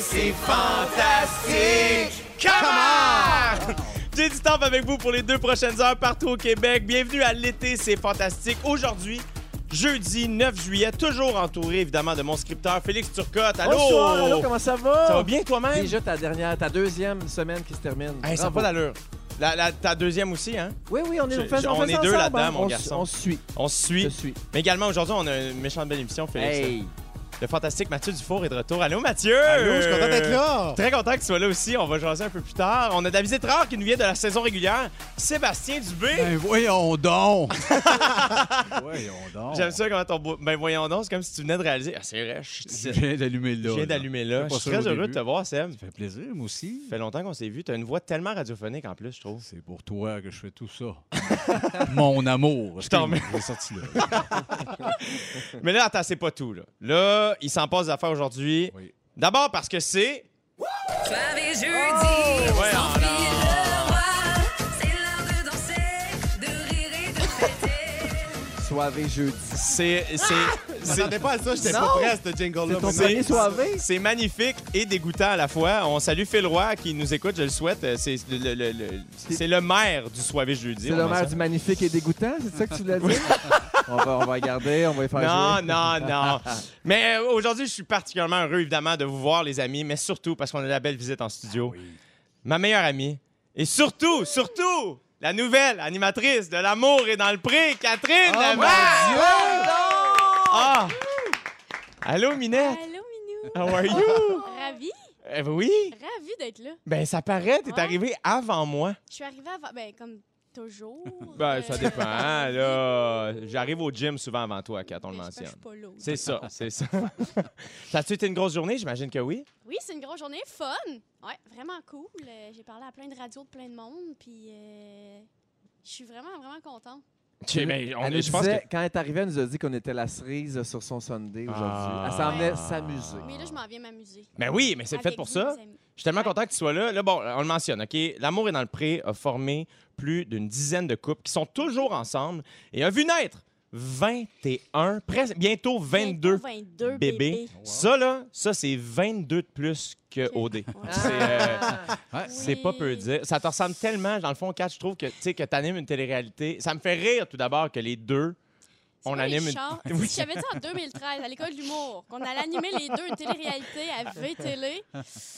c'est fantastique! Come on! J'ai du temps avec vous pour les deux prochaines heures partout au Québec. Bienvenue à l'été, c'est fantastique. Aujourd'hui, jeudi 9 juillet, toujours entouré évidemment de mon scripteur Félix Turcotte. Allô? Bonsoir, allô, Oh, comment ça va? Ça va bien toi-même? Déjà ta dernière, ta deuxième semaine qui se termine. Hey, ça n'a pas Bravo. d'allure. La, la- ta deuxième aussi, hein? Oui, oui, on est, Je- on fait- je- on on fait est ça deux ensemble, là-dedans, hein. mon on, s- garçon. On se suit. On se Je suit. suis. Mais également aujourd'hui, on a une méchante belle émission, Félix. Hey. Le fantastique Mathieu Dufour est de retour. Allô, Mathieu! Allô, je suis content d'être là. Très content que tu sois là aussi. On va jaser un peu plus tard. On a de la visite rare qui nous vient de la saison régulière. Sébastien Dubé. Ben voyons donc. voyons donc. J'aime ça comment ton. bo- Ben voyons donc, c'est comme si tu venais de réaliser. Ah, c'est vrai, je suis Je ici. viens d'allumer là. Je viens d'allumer là. J'étais Je pas suis sûr très au heureux de début. te voir, Seb. Ça fait plaisir, moi aussi. Ça fait longtemps qu'on s'est vu. T'as une voix tellement radiophonique en plus, je trouve. C'est pour toi que je fais tout ça. Mon amour. Je t'en Excuse-moi, je l'ai sorti là. Mais là, attends, c'est pas tout. Là, là il s'en passe d'affaires aujourd'hui. Oui. D'abord parce que c'est. Soir et jeudi, ouais, sans alors. fil le roi. C'est l'heure de danser, de rire et de fêter. Soirée jeudi. C'est. C'est. Je c'est- m'attendais pas à ça, j'étais Non. pas prêt à ce jingle-là. C'est ton moi. premier soirée? C'est magnifique et dégoûtant à la fois. On salue Phil Roy qui nous écoute, je le souhaite. Euh, C'est le, le- le- le- c'est le maire du Soivé jeudi. C'est on le mentionne. maire du magnifique et dégoûtant, c'est ça que tu voulais dire? on, va, on va regarder, on va y faire Non, jouer. non, non. mais euh, aujourd'hui, je suis particulièrement heureux, évidemment, de vous voir, les amis, mais surtout parce qu'on a la belle visite en Ah studio. Ma meilleure amie. Et surtout, surtout, la nouvelle animatrice de L'amour et dans le pré, Catherine Oh, mon Lemaire. Ah! Allô, Minette? Allô, Minou! How are you? Ravi, Eh ben oui. ravi d'être là. Ben, ça paraît, t'es Ah. Ouais. arrivé avant moi. Je suis arrivée avant, ben comme toujours. Ben, ça euh, dépend, là. J'arrive au gym souvent avant toi, Kat, on le mais c'est pas que Ben, mentionne. Je suis pas là. C'est ça, c'est ça. ça a-tu été une grosse journée? J'imagine que oui. Oui, c'est une grosse journée, fun. Ouais, vraiment cool. Euh, J'ai parlé à plein de radios de plein de monde, puis euh, je suis vraiment vraiment contente. Tu- ben, on Elle est- nous je pense que... disait, quand elle est arrivée, elle nous a dit qu'on était la cerise sur son Sunday aujourd'hui. Ah. Elle s'en venait s'amuser. Mais là, je m'en viens m'amuser. Ben oui, mais Ah. c'est fait Avec pour vous, ça. mes amis. Je suis tellement content que tu sois là. Là, bon, on le mentionne, OK? L'amour est dans le pré a formé plus d'une dizaine de couples qui sont toujours ensemble et a vu naître 21, presque, bientôt 22 Bientôt 22 bébés. Ça, là, ça, c'est 22 de plus que Ok. OD. Ouais. C'est, euh, Ouais. C'est pas peu dire. Ça te ressemble tellement, dans le fond, Kat, je trouve que tu sais, que t'animes une télé-réalité. Ça me fait rire tout d'abord que les deux, on anime une. une. Si j'avais dit en 2013 à l'école de l'humour qu'on allait animer les deux une télé-réalité à VTL.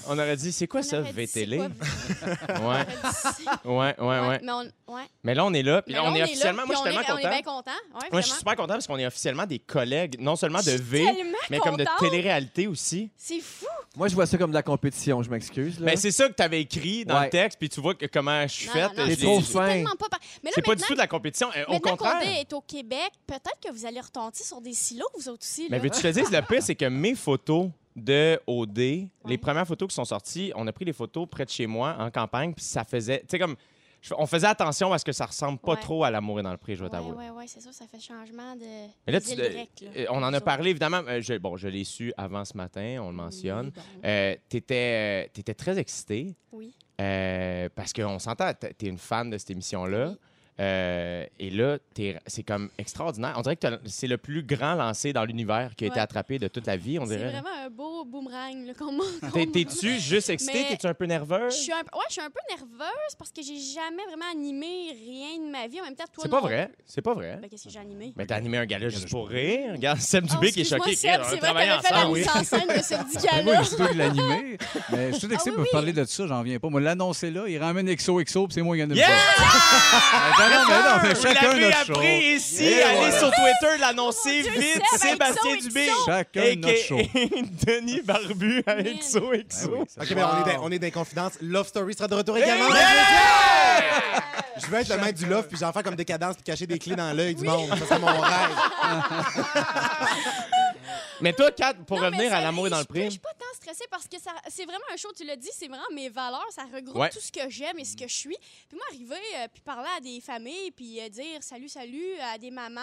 On aurait dit, c'est quoi on ça, aurait dit, c'est VTL? quoi, Ouais, ouais, VTL? ouais, ouais, Ouais, Mais on, ouais. Ben Mais là, on est là, puis Mais là, on est officiellement. Moi, je puis suis tellement on est- On est content. bien content. Ouais, Moi, je suis vraiment. super content parce qu'on est officiellement des collègues, non seulement de Je suis V, tellement mais comme de contente. télé-réalité aussi. C'est fou. Moi, je vois ça comme de la compétition, je m'excuse. là. Mais Ben, c'est ça que t'avais écrit dans le Ouais. texte, puis tu vois que comment je suis Non, faite. non, non, Je c'est- l'ai- trop c'est fin. tellement pas par- Mais là, C'est pas du maintenant- tout de la compétition. euh, Au maintenant contraire. qu'Ondé est au Québec, peut-être que vous allez retentir sur des silos, vous autres aussi. Mais là. veux-tu que je te dise, le pire, c'est que mes photos de OD, les premières photos qui sont sorties, on a pris les photos près de chez moi, en campagne, puis ça faisait. Tu sais, comme. je- On faisait attention à ce que ça ressemble pas Ouais. trop à l'amour et dans le pré, je vais Ouais, t'avouer. ouais, ouais, c'est ça, ça fait changement de. Mais là, des tu- îles euh, grecques, là. euh, on en Nous a autres. parlé, évidemment. euh, je- bon, je l'ai su avant ce matin, on le mentionne. Oui, bon, Euh, T'étais euh, t'étais très excité oui. euh, parce qu'on s'entend, t'es t'es une fan de cette émission-là. Oui. euh, et là, t'es- c'est comme extraordinaire. On dirait que t'as- c'est le plus grand lancé dans l'univers qui a été Ouais. attrapé de toute la vie, on C'est dirait. vraiment un beau boomerang là, qu'on m'a- T'es- qu'on m'a- T'es-tu juste excité? Mais- T'es-tu un peu nerveux? Je suis un... ouais, je suis un peu nerveuse parce que j'ai jamais vraiment animé rien de ma vie. En même temps, toi, C'est pas non. vrai. C'est pas vrai. Ben, qu'est-ce que j'ai animé? Mais t'as animé un gala juste pour rire. Regarde, Seb Ah, Dubé qui est excuse-moi, choqué. Seb, On a C'est vrai, travaillé t'avais fait la ensemble. Ah mise en scène de ce petit Ben, moi, gars-là. je dois l'animer. Mais je suis tout excité Ah pour oui, parler de ça, j'en viens pas. Moi, l'annoncer là, il ramène XOXO, puis c'est moi qui en ai Yeah! Attends, Ben, non, mais non, mais Vous chacun l'avez notre show. appris ici. Yeah, Allez voilà. sur Twitter l'annoncer Mon Dieu, vite. Seb, Sébastien XO, Dubé. Chacun notre show. AKA Denis Barbu à Man. Ben XOXO. oui, ça Ok, fait- ben, on est dans- on est dans les confidences. Love Story sera de retour également. Je veux être le maître du love, puis j'en faire comme décadence, puis cacher des clés dans l'œil du monde. Ça, c'est mon rêve. Mais toi, Kat, pour Non, mais revenir ça- à l'amour et dans le Je prime. suis pas tant stressée parce que ça- c'est vraiment un show, tu l'as dit, c'est vraiment mes valeurs, ça regroupe Ouais. tout ce que j'aime et ce que je suis. Puis moi, arriver, euh, puis parler à des familles, puis euh, dire salut, salut à des mamans,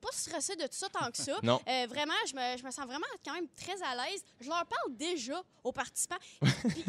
pas stressée de tout ça tant que ça. Non. Euh, vraiment, je me, je me sens vraiment quand même très à l'aise. Je leur parle déjà aux participants. Puis-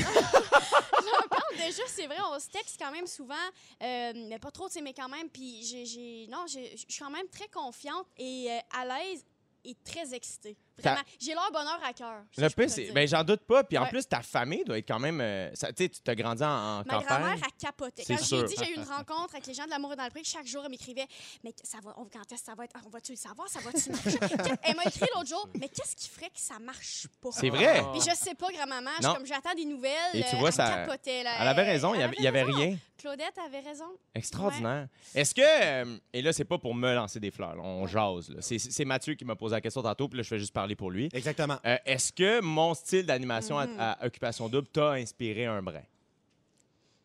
on parle déjà, c'est vrai, on se texte quand même souvent, euh, mais pas trop, tu sais, mais quand même. Puis j'ai, j'ai- non, j'ai- je suis quand même très confiante et euh, à l'aise et très excitée. Vraiment. J'ai leur bonheur à cœur. ça, Le je peux pire, te c'est. dire. Ben, j'en doute pas. Puis en Ouais. plus, ta famille doit être quand même. euh, ça- Tu sais, tu t'as grandi en, en Ma campagne. grand-mère a capoté. C'est Quand j'ai sûr. dit, j'ai eu une rencontre avec les gens de l'amour et dans le prix, chaque jour, elle m'écrivait Mais que- ça va, on, quand est-ce que ça va être ah, On va-tu le savoir Ça va-tu marcher Que- Elle m'a écrit l'autre jour Mais qu'est-ce qui ferait que ça marche pas C'est vrai. Puis je sais pas, grand-maman, je suis Non. comme j'attends des nouvelles. Et tu euh, vois, elle ça- capotait, là. Elle avait raison, il y Elle avait, il y avait raison. rien. Claudette avait raison. Extraordinaire. Est-ce que. euh, et là, c'est pas pour me lancer des fleurs, là, on jase. là. C'est- C'est Mathieu qui m'a posé la question tantôt, puis là, je fais juste parler pour lui. Exactement. Euh, Est-ce que mon style d'animation à- à, Occupation Double t'a inspiré un brin?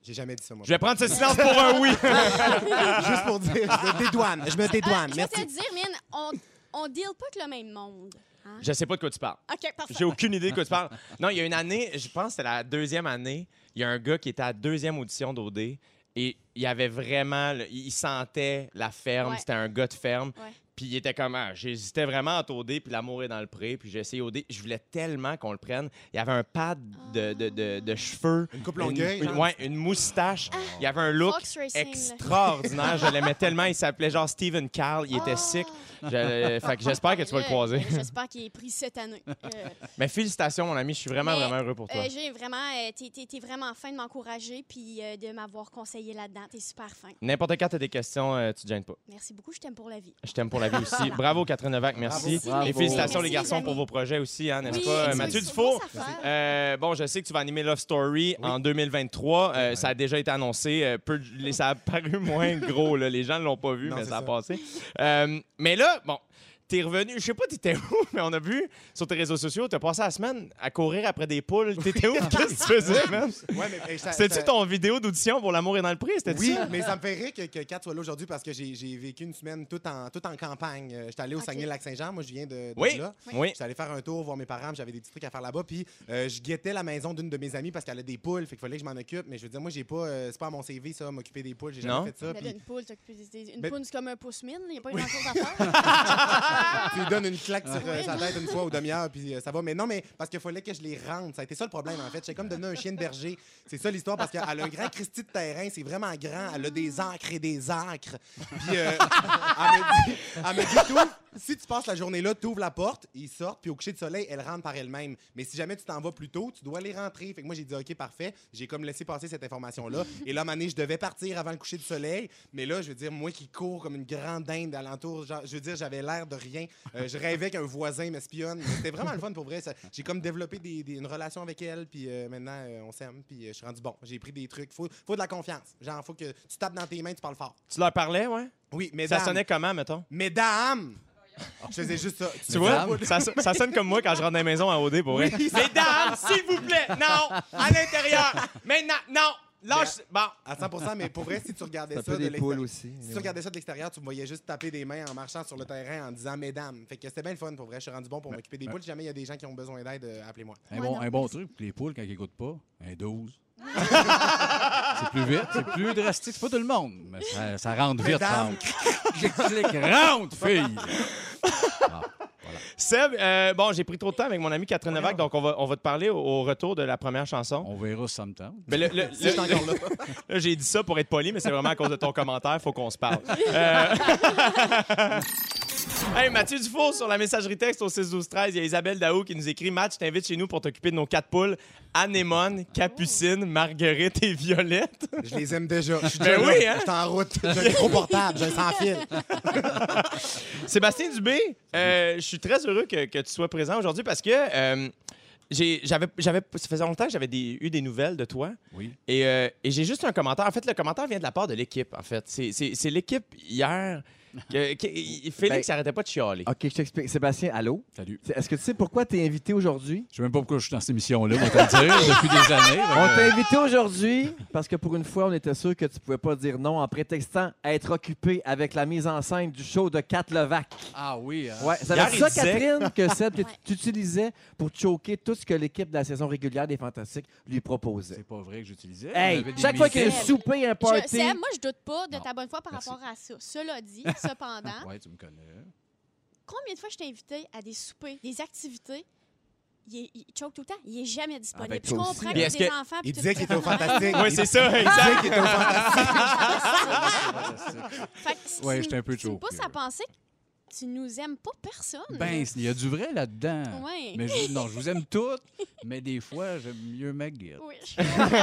J'ai jamais dit ça, moi. Je vais prendre ce silence pour un oui. Juste pour dire, je me dédouane. Je me dédouane. Ah, Je vais te Merci. le dire, mine, on, on deal pas avec le même monde. hein? Je sais pas de quoi tu parles. OK, parfait. J'ai aucune idée de quoi tu parles. Non, il y a une année, je pense que c'était la deuxième année, il y a un gars qui était à la deuxième audition d'OD et il avait vraiment. le- il il sentait la ferme, Ouais. c'était un gars de ferme. Ouais. Puis il était comme. ah, J'hésitais vraiment entre OD puis l'amour est dans le pré. Puis j'ai essayé OD. Je voulais tellement qu'on le prenne. Il y avait un pad de, de, de- de cheveux. Une coupe longueuil. une- ouais, une moustache. Il y avait un look Ah. Fox Racing, là. extraordinaire. je l'aimais tellement. Il s'appelait genre Steven Carl. Il était Ah. sick. Je- fait que j'espère que tu vas le Euh, croiser. J'espère qu'il est pris cette année. Euh, Mais félicitations, mon ami. Je suis vraiment, Mais, vraiment heureux pour toi. Euh, j'ai vraiment, euh, t'es- t'es t'es vraiment fin de m'encourager puis euh, de m'avoir conseillé là-dedans. T'es super fin. N'importe quand tu as des questions, euh, tu te gênes pas. Merci beaucoup, je t'aime pour la vie. Je t'aime pour la vie aussi. Bravo, Catherine Novak, merci. Bravo. Et félicitations, Merci, les garçons, les amis. pour vos projets aussi, hein, n'est-ce Oui, pas? c'est Mathieu une Dufour, grosse affaire. euh, bon, je sais que tu vas animer Love Story en 2023. Euh, Ça a déjà été annoncé. euh, peu de- les- ça a paru moins gros. là. Les gens ne l'ont pas vu, Non, mais c'est ça a ça. passé. Euh, mais là, bon, t'es revenu. Je sais pas, t'étais où, mais on a vu sur tes réseaux sociaux, t'as passé la semaine à courir après des poules. T'étais où? Qu'est-ce que tu faisais, man? Ouais, mais, hey, ça- C'était-tu ça- ton vidéo d'audition pour L'amour est dans le prix? C'était Euh, Oui, mais ça me fait rire que, que Kat soit là aujourd'hui parce que j'ai j'ai vécu une semaine tout en, tout en campagne. Euh, J'étais allé au Ok. Saguenay-Lac-Saint-Jean. Moi, je viens de, de Oui, là. oui. J'étais allé faire un tour, voir mes parents, puis j'avais des petits trucs à faire là-bas. Puis euh, je guettais la maison d'une de mes amies parce qu'elle a des poules, fait qu'il fallait que je m'en occupe. Mais je veux dire, moi, j'ai pas, euh, c'est pas à mon CV, ça, m'occuper des poules. J'ai Non. jamais fait ça. Mais là, Puis Une poule, t'as plus- c'est- une Mais- poule, c'est comme un pouce mine. Il n'y a pas grand chose à faire. tu lui donnes une claque sur euh, Ouais. sa tête une fois ou demi-heure, puis euh, ça va. Mais non, mais parce qu'il fallait que je les rende. Ça a été ça le problème, en fait. J'ai comme donné un chien de berger. C'est ça l'histoire parce qu'elle a un grand Christie de terrain. C'est vraiment grand. Elle a des ancres et des ancres. Puis euh, elle me dit, elle me dit T'ouvres- si tu passes la journée là, tu ouvres la porte, ils sortent, puis au coucher de soleil, elle rentre par elle-même. Mais si jamais tu t'en vas plus tôt, tu dois les rentrer. Fait que moi, j'ai dit OK, parfait. J'ai comme laissé passer cette information-là. Et là, Mané, je devais partir avant le coucher du soleil. Mais là, je veux dire, moi qui cours comme une grande dinde alentour, genre, je veux dire, j'avais l'air de rien. Euh, je rêvais qu'un voisin m'espionne. Mais C'était vraiment le fun pour vrai. Ça- J'ai comme développé des- des- une relation avec elle, puis euh, maintenant, euh, on s'aime, puis euh, je suis rendu bon. J'ai pris des trucs. Faut, faut de la confiance. Genre, faut que tu tapes dans tes mains, tu parles fort. Tu leur parlais, ouais? Oui, mais Ça sonnait comment, mettons? Mesdames! Je faisais juste ça. Tu vois, ça, so- ça sonne comme moi quand je rentre à la maison à OD pour vrai. Mesdames, s'il vous plaît, non, à l'intérieur, maintenant, non, lâche. Bon, À 100 mais pour vrai, si tu regardais C'est un ça peu de des poules l'extérieur. aussi. Si tu regardais ça de l'extérieur, tu me voyais juste taper des mains en marchant sur le terrain en disant mesdames. Fait que c'était bien le fun pour vrai. Je suis rendu bon pour m'occuper des boules. Si jamais il y a des gens qui ont besoin d'aide, euh, appelez-moi. Un bon, non, un bon truc pour les poules, quand ils n'écoutent pas, un 12. c'est plus vite, c'est plus drastique. C'est pas tout le monde, mais ça, ça rentre vite. ça Mesdames. rentre. J'explique, rentre, fille! Ah, Seb, euh, bon, j'ai pris trop de temps avec mon ami Catherine Novak, donc on va, on va te parler au, au retour de la première chanson. On verra si ça me tente. Mais Ben, le- le- Si je suis le- encore là. là, j'ai dit ça pour être poli, mais c'est vraiment à cause de ton commentaire, faut qu'on se parle. Euh, Hey, Mathieu Dufour sur la messagerie texte au 6-12-13. Il y a Isabelle Daou qui nous écrit Match, je t'invite chez nous pour t'occuper de nos quatre poules Anémone, Capucine, Marguerite et Violette. Je les aime déjà. Je suis Ben déjà oui, là. hein? Je suis en route. J'ai un gros portable. J'ai un sans fil. Sébastien Dubé, euh, je suis très heureux que, que tu sois présent aujourd'hui parce que euh, j'ai- j'avais, j'avais, ça faisait longtemps que j'avais des- eu des nouvelles de toi. Oui. Et, euh, et j'ai juste un commentaire. En fait, le commentaire vient de la part de l'équipe, en fait. C'est, c'est- c'est l'équipe hier. que- que- Félix Ben, n'arrêtait pas de chialer. OK, je t'explique. Sébastien, allô? Salut. C'est- Est-ce que tu sais pourquoi t'es invité aujourd'hui? Je sais même pas pourquoi je suis dans cette émission-là, on va te le dire, depuis des années. On donc, euh, t'a invité aujourd'hui parce que pour une fois, on était sûr que tu pouvais pas dire non en prétextant être occupé avec la mise en scène du show de Kat Levac. Ah oui. hein. Ouais, ça Hier, veut il dire ça, disait- Catherine, que Seb, Ouais. tu utilisais pour choquer tout ce que l'équipe de la saison régulière des Fantastiques lui proposait. C'est pas vrai que j'utilisais. On Hey, avait des chaque fois qu'il y a un musiques. souper, un Je, party, Seb, moi, je doute pas de Non. ta bonne foi par Merci. rapport à ça. Cela dit, cependant, Ouais, tu me connais. combien de fois je t'ai invité à des soupers, des activités? Il, est, il choke tout le temps. Il n'est jamais disponible. Avec je toi comprends aussi, qu'il hein. y a Est-ce des que- enfants. puis Il tout disait le qu'il était au reste. fantastique. Oui, c'est ça, exact. Il disait qu'il était au fantastique. Fait que c- Ouais, c'est- j'étais un peu Tu me choqué, pousses à ouais. penser tu nous aimes pas personne. Ben, il y a du vrai là-dedans. Ouais. Mais je, non, je vous aime toutes, mais des fois, j'aime mieux ma guide. Oui.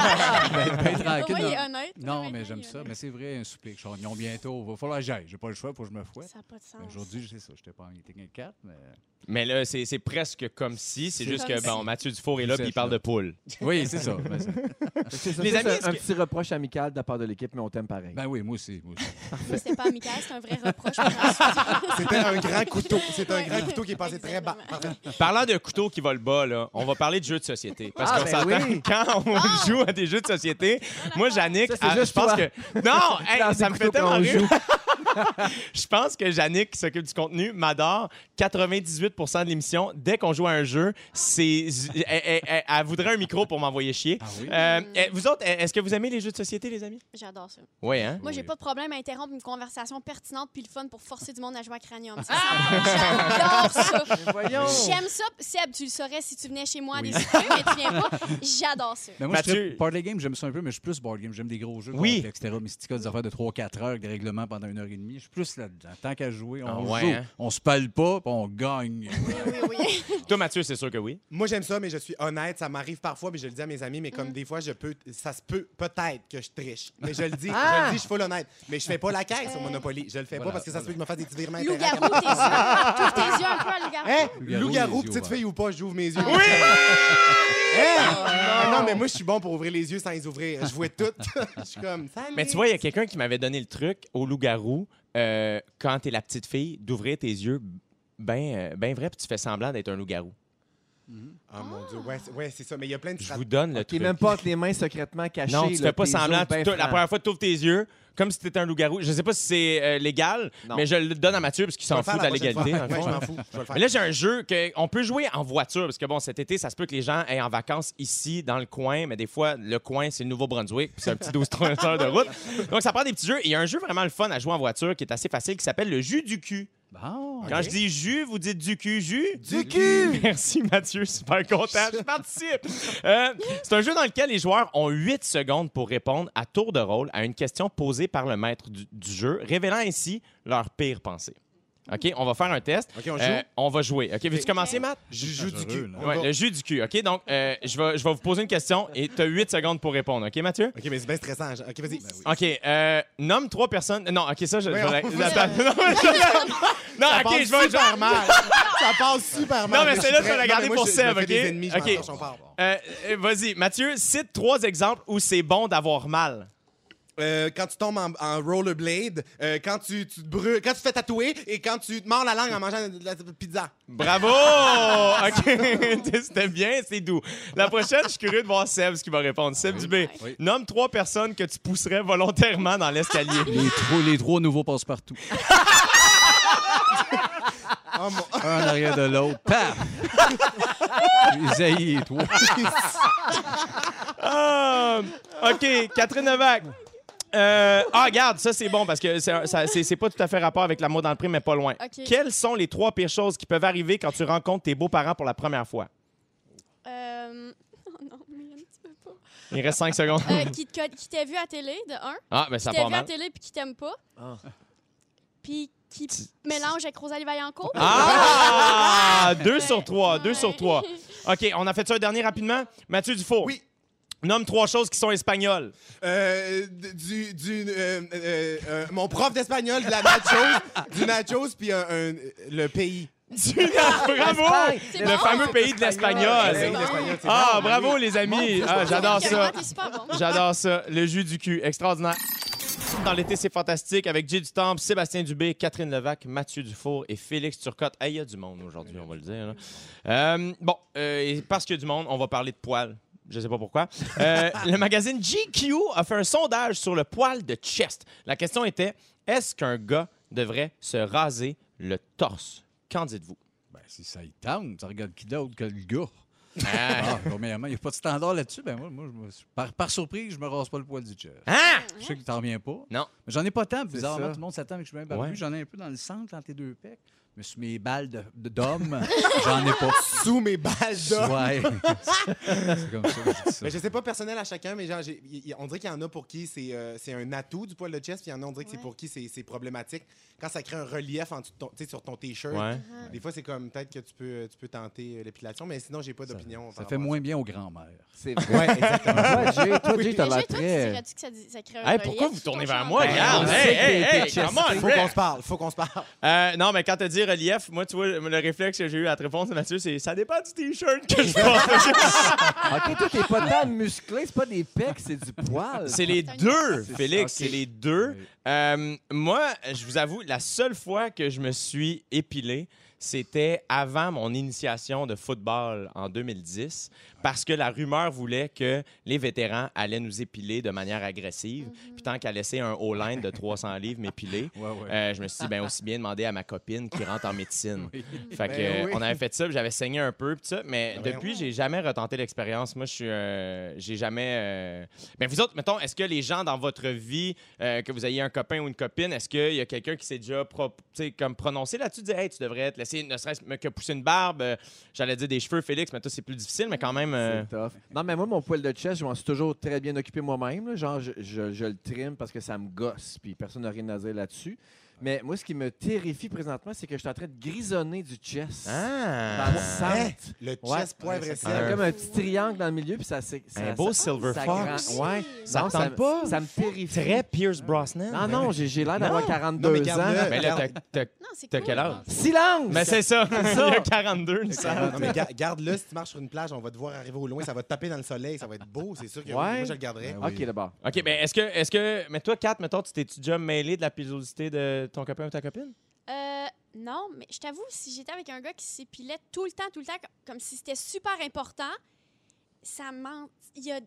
Ben, ben, tranquille, Ouais, euh, il est non. honnête. Non, Ouais, mais ouais, j'aime il est ça. honnête. Mais c'est vrai, un souper que je suis en- bientôt. Il va falloir que j'aille. J'ai pas le choix pour que je me fouette. Ça n'a pas de sens. Mais Ben, Aujourd'hui, c'est ça. J'étais pas en meeting 4, mais. Mais là, c'est c'est presque comme si. C'est C'est juste comme que, bon, si. Mathieu Dufour est là C'est puis il ça. parle de poule. Oui, c'est ça. Ben, c'est- C'est ça, Les c'est amis, est-ce un, un que- petit reproche amical de la part de l'équipe, mais on t'aime pareil. ben oui, moi aussi. Moi aussi. Mais C'était pas amical, c'est un vrai reproche. pour la suite. C'était un grand couteau. C'est un Ouais. grand couteau qui est passé très bas. Exactement. Pardon. Parlant de couteau qui va le bas, là, on va parler de jeux de société. Parce Ah, qu'on ben s'entend oui. quand on joue à des jeux de société. Moi, Yannick, Ça, c'est ah, je juste pense toi. que. Non, hey, Dans ça les me fait couteaux tellement qu'on rire. joue. Je pense que Yannick, qui s'occupe du contenu, m'adore. 98 de l'émission, dès qu'on joue à un jeu, c'est. Elle, elle- elle- elle voudrait un micro pour m'envoyer chier. Ah oui? Euh, eh, vous autres, eh, est-ce que vous aimez les jeux de société, les amis? J'adore ça. Oui, hein? Moi, j'ai Oui. pas de problème à interrompre une conversation pertinente puis le fun pour forcer du monde à jouer à Cranium. Ça, ça, J'adore ça. Voyons! Oh! J'aime ça. Seb, tu le saurais si tu venais chez moi à des Oui. soupers, mais tu viens pas. J'adore ça. Ben moi, Mathieu- je trippe party game, j'aime ça un peu, mais je suis plus board game. J'aime des gros jeux, Oui. complexes, Terra Mystica, des affaires de 3-4 heures, avec des règlements pendant une heure et demie. Je suis plus là-dedans. Tant qu'à jouer, on Ah ouais, joue. hein? On se pèle pas, puis on gagne. Oui, oui. Toi, Mathieu, c'est sûr que oui. Moi, j'aime ça, mais je suis honnête. Ça m'arrive parfois, mais je le dis à mes amis, mais comme des fois, je peux, ça se peut peut-être que je triche. Mais je le dis, je le dis, je suis full honnête. Mais je fais pas la caisse au Monopoly. Je le fais Voilà, pas parce que ça se peut que je me fasse des petits virements. interactifs. Loup-garou, tes yeux. T'ouvres tes yeux un peu à loup-garou. Hein? Loup-garou, Loup-garou, les yeux petite ouverts. fille ou pas, j'ouvre mes yeux. Oui! Hein? non. mais moi, je suis bon pour ouvrir les yeux sans les ouvrir. Je vois tout. Je suis comme, salut. Mais tu vois, il y a quelqu'un qui m'avait donné le truc au loup-garou, euh, quand t'es la petite fille, d'ouvrir tes yeux ben, euh, ben vrai, puis tu fais semblant d'être un loup-garou. Ah, mon Dieu. Ouais, c'est- ouais, c'est ça. Mais il y a plein de Je strat- vous donne le T'es truc. même pas entre les mains secrètement cachées. non, tu là, fais pas tes semblant. os bien tu te- la francs. première fois, tu ouvres tes yeux comme si t'étais un loup-garou. Je sais pas si c'est euh, légal, Non. mais je le donne à Mathieu parce qu'il Je vais s'en le faire fout de la prochaine légalité. fois. dans le Ouais, fond. je m'en fous. Je vais le Mais faire. là, j'ai un jeu qu'on peut jouer en voiture, parce que bon, cet été, ça se peut que les gens aient en vacances ici, dans le coin, mais des fois, le coin, c'est le Nouveau-Brunswick, puis c'est un petit 12 13 heures de route. Donc, ça prend des petits jeux. Et il y a un jeu vraiment le fun à jouer en voiture qui est assez facile, qui s'appelle le jus du cul. Bon. Quand je dis jus, vous dites du cul, jus. Du cul! Merci Mathieu, super content, je participe. Euh, c'est un jeu dans lequel les joueurs ont 8 secondes pour répondre à tour de rôle à une question posée par le maître du, du jeu, révélant ainsi leur pire pensée. OK, on va faire un test. OK, on joue? Euh, on va jouer. OK, veux-tu commencer, Matt? Je joue du Dangereux, cul. là. On Ouais, va- le jus du cul. OK, donc euh, je, vais, je vais vous poser une question et tu as 8 secondes pour répondre. OK, Mathieu? OK, mais c'est bien stressant. Je- OK, vas-y. OK, euh, nomme trois personnes. Non, OK, ça, je. Voyons. je- attends. Non, mais je- non, Ça OK, passe je vais. super mal. Ça passe super mal. Non, mais je celle-là, suis je vais la prêt. garder Non, mais moi, pour je- Seb, je me fais des OK? ennemis, je OK. m'en torche, on part. Euh, euh, Vas-y, Mathieu, cite trois exemples où c'est bon d'avoir mal. Euh, quand tu tombes en, en rollerblade, euh, quand tu, tu te brûles, quand tu te fais tatouer et quand tu te mords la langue en mangeant de la pizza. Bravo! OK, c'était bien, c'est doux. La prochaine, je suis curieux de voir Seb ce qu'il va répondre. Seb Dubé, Oui. nomme trois personnes que tu pousserais volontairement dans l'escalier. Les trois, les trois nouveaux passent partout. Oh mon... Un en arrière de l'autre. Paf! Isaïe et toi. Ah, OK, Catherine Novak. Euh, ah, regarde, ça c'est bon parce que c'est un- ça- c'est c'est pas tout à fait rapport avec l'amour dans le prix, mais pas loin. OK. Quelles sont les trois pires choses qui peuvent arriver quand tu rencontres tes beaux-parents pour la première fois? Euh, oh non, man, tu peux pas. Il reste cinq secondes. Euh, qui te- qui t'a vu à télé, de un. Ah, ben ça qui t'a part vu à mal. télé puis qui t'aime pas. Ah. Puis qui mélange avec Rosalie Vaillancourt. Oh! Ah! deux sur trois, deux Ouais. sur trois. OK, on a fait ça un dernier rapidement. Mathieu Dufour. Oui. Nomme trois choses qui sont espagnoles. Euh, d- du, du, euh, euh, euh, mon prof d'espagnol, de la nachos, du nachos, puis un, un- le pays. bravo! C'est Le bon. fameux pays de Le pays l'espagnol. bon. d'espagnol, c'est Ah, bon. bravo les amis. Ah, J'adore ça. T'es super bon. J'adore ça. Le jus du cul, extraordinaire. Dans l'été, c'est fantastique avec Jay Dutemps, Sébastien Dubé, Catherine Levac, Mathieu Dufour et Félix Turcotte. Hey, il y a du monde aujourd'hui, on va le dire. là. Euh, bon, euh, et parce qu'il y a du monde, on va parler de poils. Je sais pas pourquoi. Euh, le magazine GQ a fait un sondage sur le poil de chest. La question était est-ce qu'un gars devrait se raser le torse Qu'en dites-vous Ben, si ça y tente, ça regarde qui d'autre que le gars. Hein? Ah, premièrement, il n'y a pas de standard là-dessus. Ben, moi, moi, je me- par, par surprise, je me rase pas le poil du chest. Ah, Hein? Je sais que t'en reviens pas. Non. Mais j'en ai pas tant, bizarrement. ça. Tout le monde s'attend que je suis bien barbu. Ouais. J'en ai un peu dans le centre, dans tes deux pecs. Mais sur mes balles de- de- d'homme, j'en ai pas. Sous mes balles d'or. Ouais. c'est comme ça que je dis ça. Mais je sais pas personnel à chacun, mais genre, j'ai- y- y- on dirait qu'il y en a pour qui c'est euh, c'est un atout du poil de chest, puis il y en a, on dirait que c'est Ouais. pour qui c'est c'est problématique. Quand ça crée un relief en dessous de ton- tu sais, sur ton T-shirt, Ouais. des fois c'est comme peut-être que tu peux, tu peux tenter euh, l'épilation, mais sinon, j'ai pas d'opinion. Ça par fait rapport à moins bien aux grands-mères. C'est vrai. Ouais, exactement. Ah. Toi, Jay, toi, Jay, Mais t'as Jay, toi, l'air tu très. dirais-tu que ça, ça crée un Hey, pourquoi relief vous sur tournez Ah, ton vers chandail? moi? Regarde, on hey, sait que hey, t'es hey, chesté. come on, Faut qu'on Fred. se parle, faut qu'on se parle. Euh, non, mais quand t'as dit relief, moi, tu vois, le réflexe que j'ai eu à te répondre, Mathieu, c'est ça dépend du t-shirt que je porte. Ok, toi, t'es pas tant musclé, c'est pas des pecs, c'est du poil. c'est les C'est un- deux, C'est- Félix, ok. c'est les deux. Oui. Euh, moi, je vous avoue, la seule fois que je me suis épilé, c'était avant mon initiation de football en 2010, parce que la rumeur voulait que les vétérans allaient nous épiler de manière agressive. Mhm. Puis tant qu'à laisser un O-line de 300 livres m'épiler, Ouais, ouais. euh, je me suis dit, ben, aussi bien demander à ma copine qui rentre en médecine. Fait que, euh, Ben oui. on avait fait ça, puis j'avais saigné un peu, puis ça. Mais Ben depuis, j'ai jamais retenté l'expérience. Moi, je suis. euh, j'ai jamais. Mais vous autres, mettons, est-ce que les gens dans votre vie, euh, que vous ayez un copain ou une copine, est-ce qu'il y a quelqu'un qui s'est déjà pro- tu sais, comme prononcé là-dessus, dit, hey, tu devrais te laisser, ne serait-ce que pousser une barbe, euh, j'allais dire des cheveux, Félix, mais toi, c'est plus difficile, mais quand même. euh, C'est tough. Non, mais moi, mon poil de chest, je m'en suis toujours très bien occupé moi-même. là. Genre, je, je- je le trime parce que ça me gosse, puis personne n'a rien à dire là-dessus. Mais moi, ce qui me terrifie présentement, c'est que je suis en train de grisonner du chest. Dans Ah! le centre. Hein? Le Ouais. chest poivre et Il y a sel. comme un petit triangle dans le milieu, puis ça c'est Un beau Silver Fox. grand- Ouais. Non, Ça non, me ça tente me- pas. Ça me terrifie. Très Pierce Brosnan. Non, non, j'ai j'ai l'air d'avoir Non. 42 Non, mais ans. garde-le. Mais là, t'as- t'as Non, c'est t'as cool. quel âge? Silence! Mais c'est ça. Il ça. y a 42, nous savons. Non, mais ga- garde-le si tu marches sur une plage, on va te voir arriver au loin, ça va te taper dans le soleil, ça va être beau, c'est sûr que oui, Ouais. moi je le garderai. Ben OK, d'abord. OK, mais est-ce que, est-ce que. Mais toi, Kat, mettons, tu t'es déjà mêlé de la pilosité de ton copain ou ta copine? Euh, non, mais je t'avoue, si j'étais avec un gars qui s'épilait tout le temps, tout le temps, co- comme si c'était super important, ça ment. Il y a,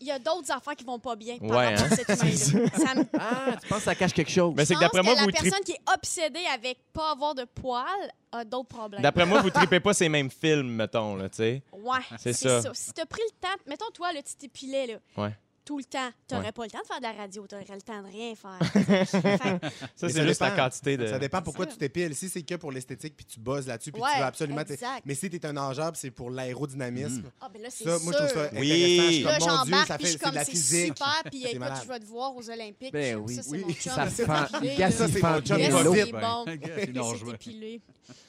il y a d'autres affaires qui vont pas bien par Ouais, hein? rapport à cette humain-là. Ça me Ah, tu penses que ça cache quelque chose? Mais c'est que d'après pense moi, que vous la tripez. personne qui est obsédée avec pas avoir de poils a d'autres problèmes. D'après moi, vous tripez pas ces mêmes films, mettons, là, tu sais. Ouais, C'est c'est ça. ça. Si t'as pris le temps, mettons toi, là, tu t'épilais là, Ouais. tout le temps, t'aurais Ouais. pas le temps de faire de la radio, t'aurais le temps de rien faire. Fait que- Ça, Mais c'est ça juste la dépend. quantité de. euh, Ça dépend pourquoi C'est tu ça. t'épiles. Si c'est que pour l'esthétique, puis tu bosses là-dessus, puis Ouais, tu veux absolument. t'é- exact. Mais si t'es un nageur, puis c'est pour l'aérodynamisme. Mm. Ah, ben là, c'est Ça, sûr. moi, je trouve ça intéressant. Oui. Je suis Là, comme, mon Dieu, j'embarque, ça puis je suis fait c'est de comme, la c'est physique. super, puis écoute, malade. je vais te voir aux Olympiques. Ben Je- oui. ça, c'est Oui. mon chum, Ça là, c'est fend. mon Il bébé, gasse, Ça, il c'est fend mon chum, bien là, il va l'eau. vite. c'est Ben, bon. il Il nous s'est rejoint. épilé.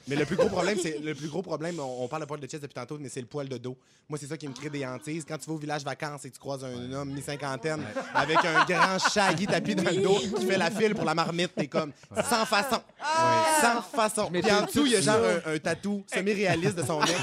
Mais le plus gros problème, c'est le plus gros problème, on, on parle de poil de chest depuis tantôt, mais c'est le poil de dos. Moi, c'est ça qui me crée des hantises. Quand tu vas au village vacances et que tu croises un homme mi-cinquantaine avec un grand shaggy tapis dans le dos qui fait la file pour la marmite, t'es comme sans façon. Ah! Sans façon. Mais Puis en t'es- dessous, il y a genre un, un tatou semi-réaliste de son mec.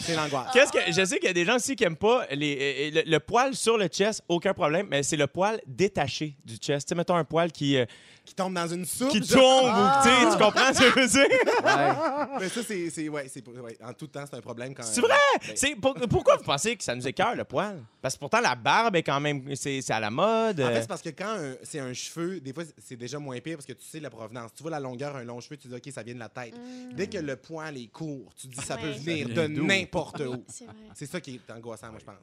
C'est l'angoisse. Qu'est-ce que. Je sais qu'il y a des gens aussi qui aiment pas les, euh, le, le poil sur le chest, aucun problème, mais c'est le poil détaché du chest. Tu sais, mettons un poil qui, euh, Qui tombe dans une soupe. qui genre. tombe ou tu sais, tu comprends ce que je veux dire? Ouais. Mais ça, c'est. c'est- Ouais, c'est- ouais, en tout temps, c'est un problème quand Ben, C'est vrai! C'est, pour- pourquoi vous pensez que ça nous écœure le poil? Parce que pourtant, la barbe est quand même. C'est, c'est à la mode. En fait, euh, c'est parce que quand un- c'est un cheveu, des fois, c'est déjà moins pire parce que tu sais la provenance. Tu vois la longueur, un long cheveu, tu dis, OK, ça vient de la tête. Dès que le poil est court, tu dis, ça peut Mm. Ouais. Ça venir vient de d'où? n'importe où. C'est vrai. C'est ça qui est angoissant, moi, je pense.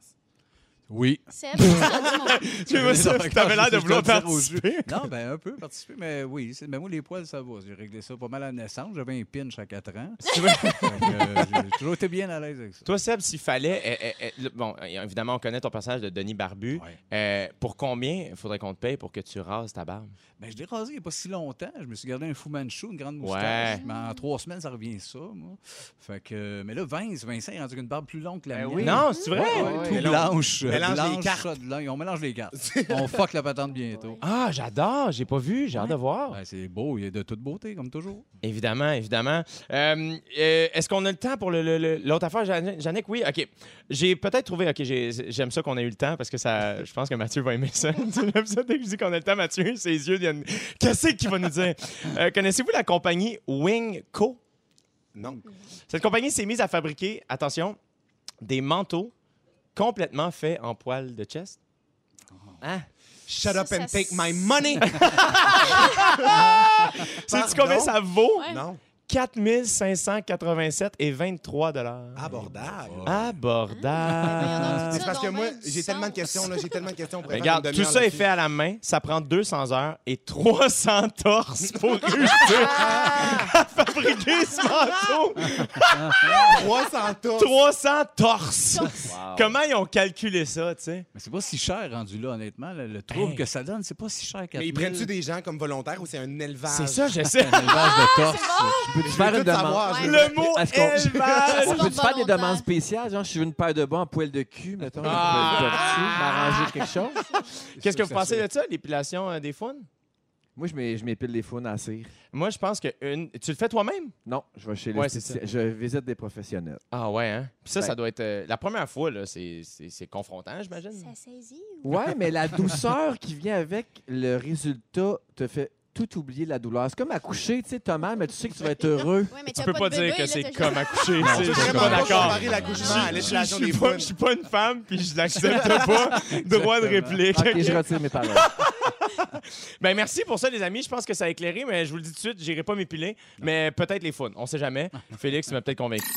Oui. Seb, ça, dis-moi. Tu vois ça, Quand t'avais l'air je- de je vouloir dois dire au jeu. participer. Non, ben un peu participer, mais oui. c'est- Mais moi, les poils, ça va. J'ai réglé ça pas mal à la naissance. J'avais un pinch à 4 ans. Fait que, euh, J'ai toujours été bien à l'aise avec ça. Toi, Seb, s'il fallait. euh, euh, euh, le- bon, euh, évidemment, on connaît ton personnage de Denis Barbu. Ouais. Euh, pour combien il faudrait qu'on te paye pour que tu rases ta barbe? Ben, je l'ai rasé il n'y a pas si longtemps. Je me suis gardé un Fu Manchu, une grande Ouais. moustache. Mais en trois semaines, ça revient ça, moi. Fait que, euh, mais là, Vince, Vincent, il a rendu une barbe plus longue que la Ben mienne. oui. Non, c'est vrai? Ouais, Ouais, tout ouais. blanche. euh, Mélange les blanche, cartes. ça de l'un. On mélange les cartes. On fuck la patente bientôt. Ah, j'adore, j'ai pas vu, j'ai hâte de voir. Ben, c'est beau, il est de toute beauté, comme toujours. Évidemment, évidemment. Euh, euh, Est-ce qu'on a le temps pour le- le- le- l'autre affaire, Jan- Jannick? Oui, OK. J'ai peut-être trouvé... OK, j'ai- j'aime ça qu'on ait eu le temps parce que ça, je pense que Mathieu va aimer ça. J'aime ça dès que je dis qu'on a le temps, Mathieu, ses yeux viennent... Qu'est-ce qu'il va nous dire? Euh, Connaissez-vous la compagnie Wing Co? Non. Cette compagnie s'est mise à fabriquer, attention, des manteaux complètement faits en poils de chest. Hein? Shut Ça, up and ça, take my c'est- money! Sais-tu combien ça vaut? Ouais. Non. 4587 et 23 Ah, Abordable. Abordable. C'est parce que donc moi, bien du j'ai tellement de sens. questions, là, j'ai tellement de questions pour Ben, répondre regarde, Ah, une tout demi-heure ça est là-dessus. fait à la main. Ça prend 200 heures et 300 torses pour réussir à fabriquer ce manteau. 300 tours. 300 torses. Wow. Comment ils ont calculé ça, tu sais? Mais c'est pas si cher rendu là, honnêtement. Le, le trouble Hey. que ça donne, c'est pas si cher qu'à Mais ils prennent-tu des gens comme volontaires ou c'est un élevage? C'est ça, j'essaie. un élevage de torse. Peux-tu Je veux faire tout une demande? savoir, je Ouais. veux- Le mot Est-ce qu'on- élevage. On peut Pas faire des volontaire. demandes spéciales, genre je suis une paire de bas en poil de cul, mettons, une Ah. poêle de cul, m'arranger quelque chose. Qu'est-ce que vous Ça, pensez ça- de ça, l'épilation euh, des faunes? Moi, je m'é- je m'épile les faunes à cire. Moi, je pense que une. Tu le fais toi-même? Non, je vais chez Ouais, l'esthéticien. Je visite des professionnels. Ah ouais, hein? Puis ça, Ben- ça doit être. euh, la première fois, là, c'est- c'est c'est confrontant, j'imagine. Ça saisit ou... Ouais, mais la douceur qui vient avec le résultat te fait tout oublier la douleur. C'est comme accoucher, tu sais, Thomas, mais tu sais que tu vas être heureux. Ouais, mais t'as pas de bébé, là, t'as juste- accoucher. Non, tu sais, c'est Je suis vraiment pas pas d'accord. comparer Je- l'accouchement à je- Je l'épilation suis des pas- faunes. je suis pas une femme, puis je n'accepte pas droit de Exactement. réplique. Ok, je retire mes paroles. Ben merci pour ça, les amis. Je pense que ça a éclairé, mais je vous le dis tout de suite, j'irai pas m'épiler. Mais peut-être les faunes, on sait jamais. Félix, tu m'as peut-être convaincu.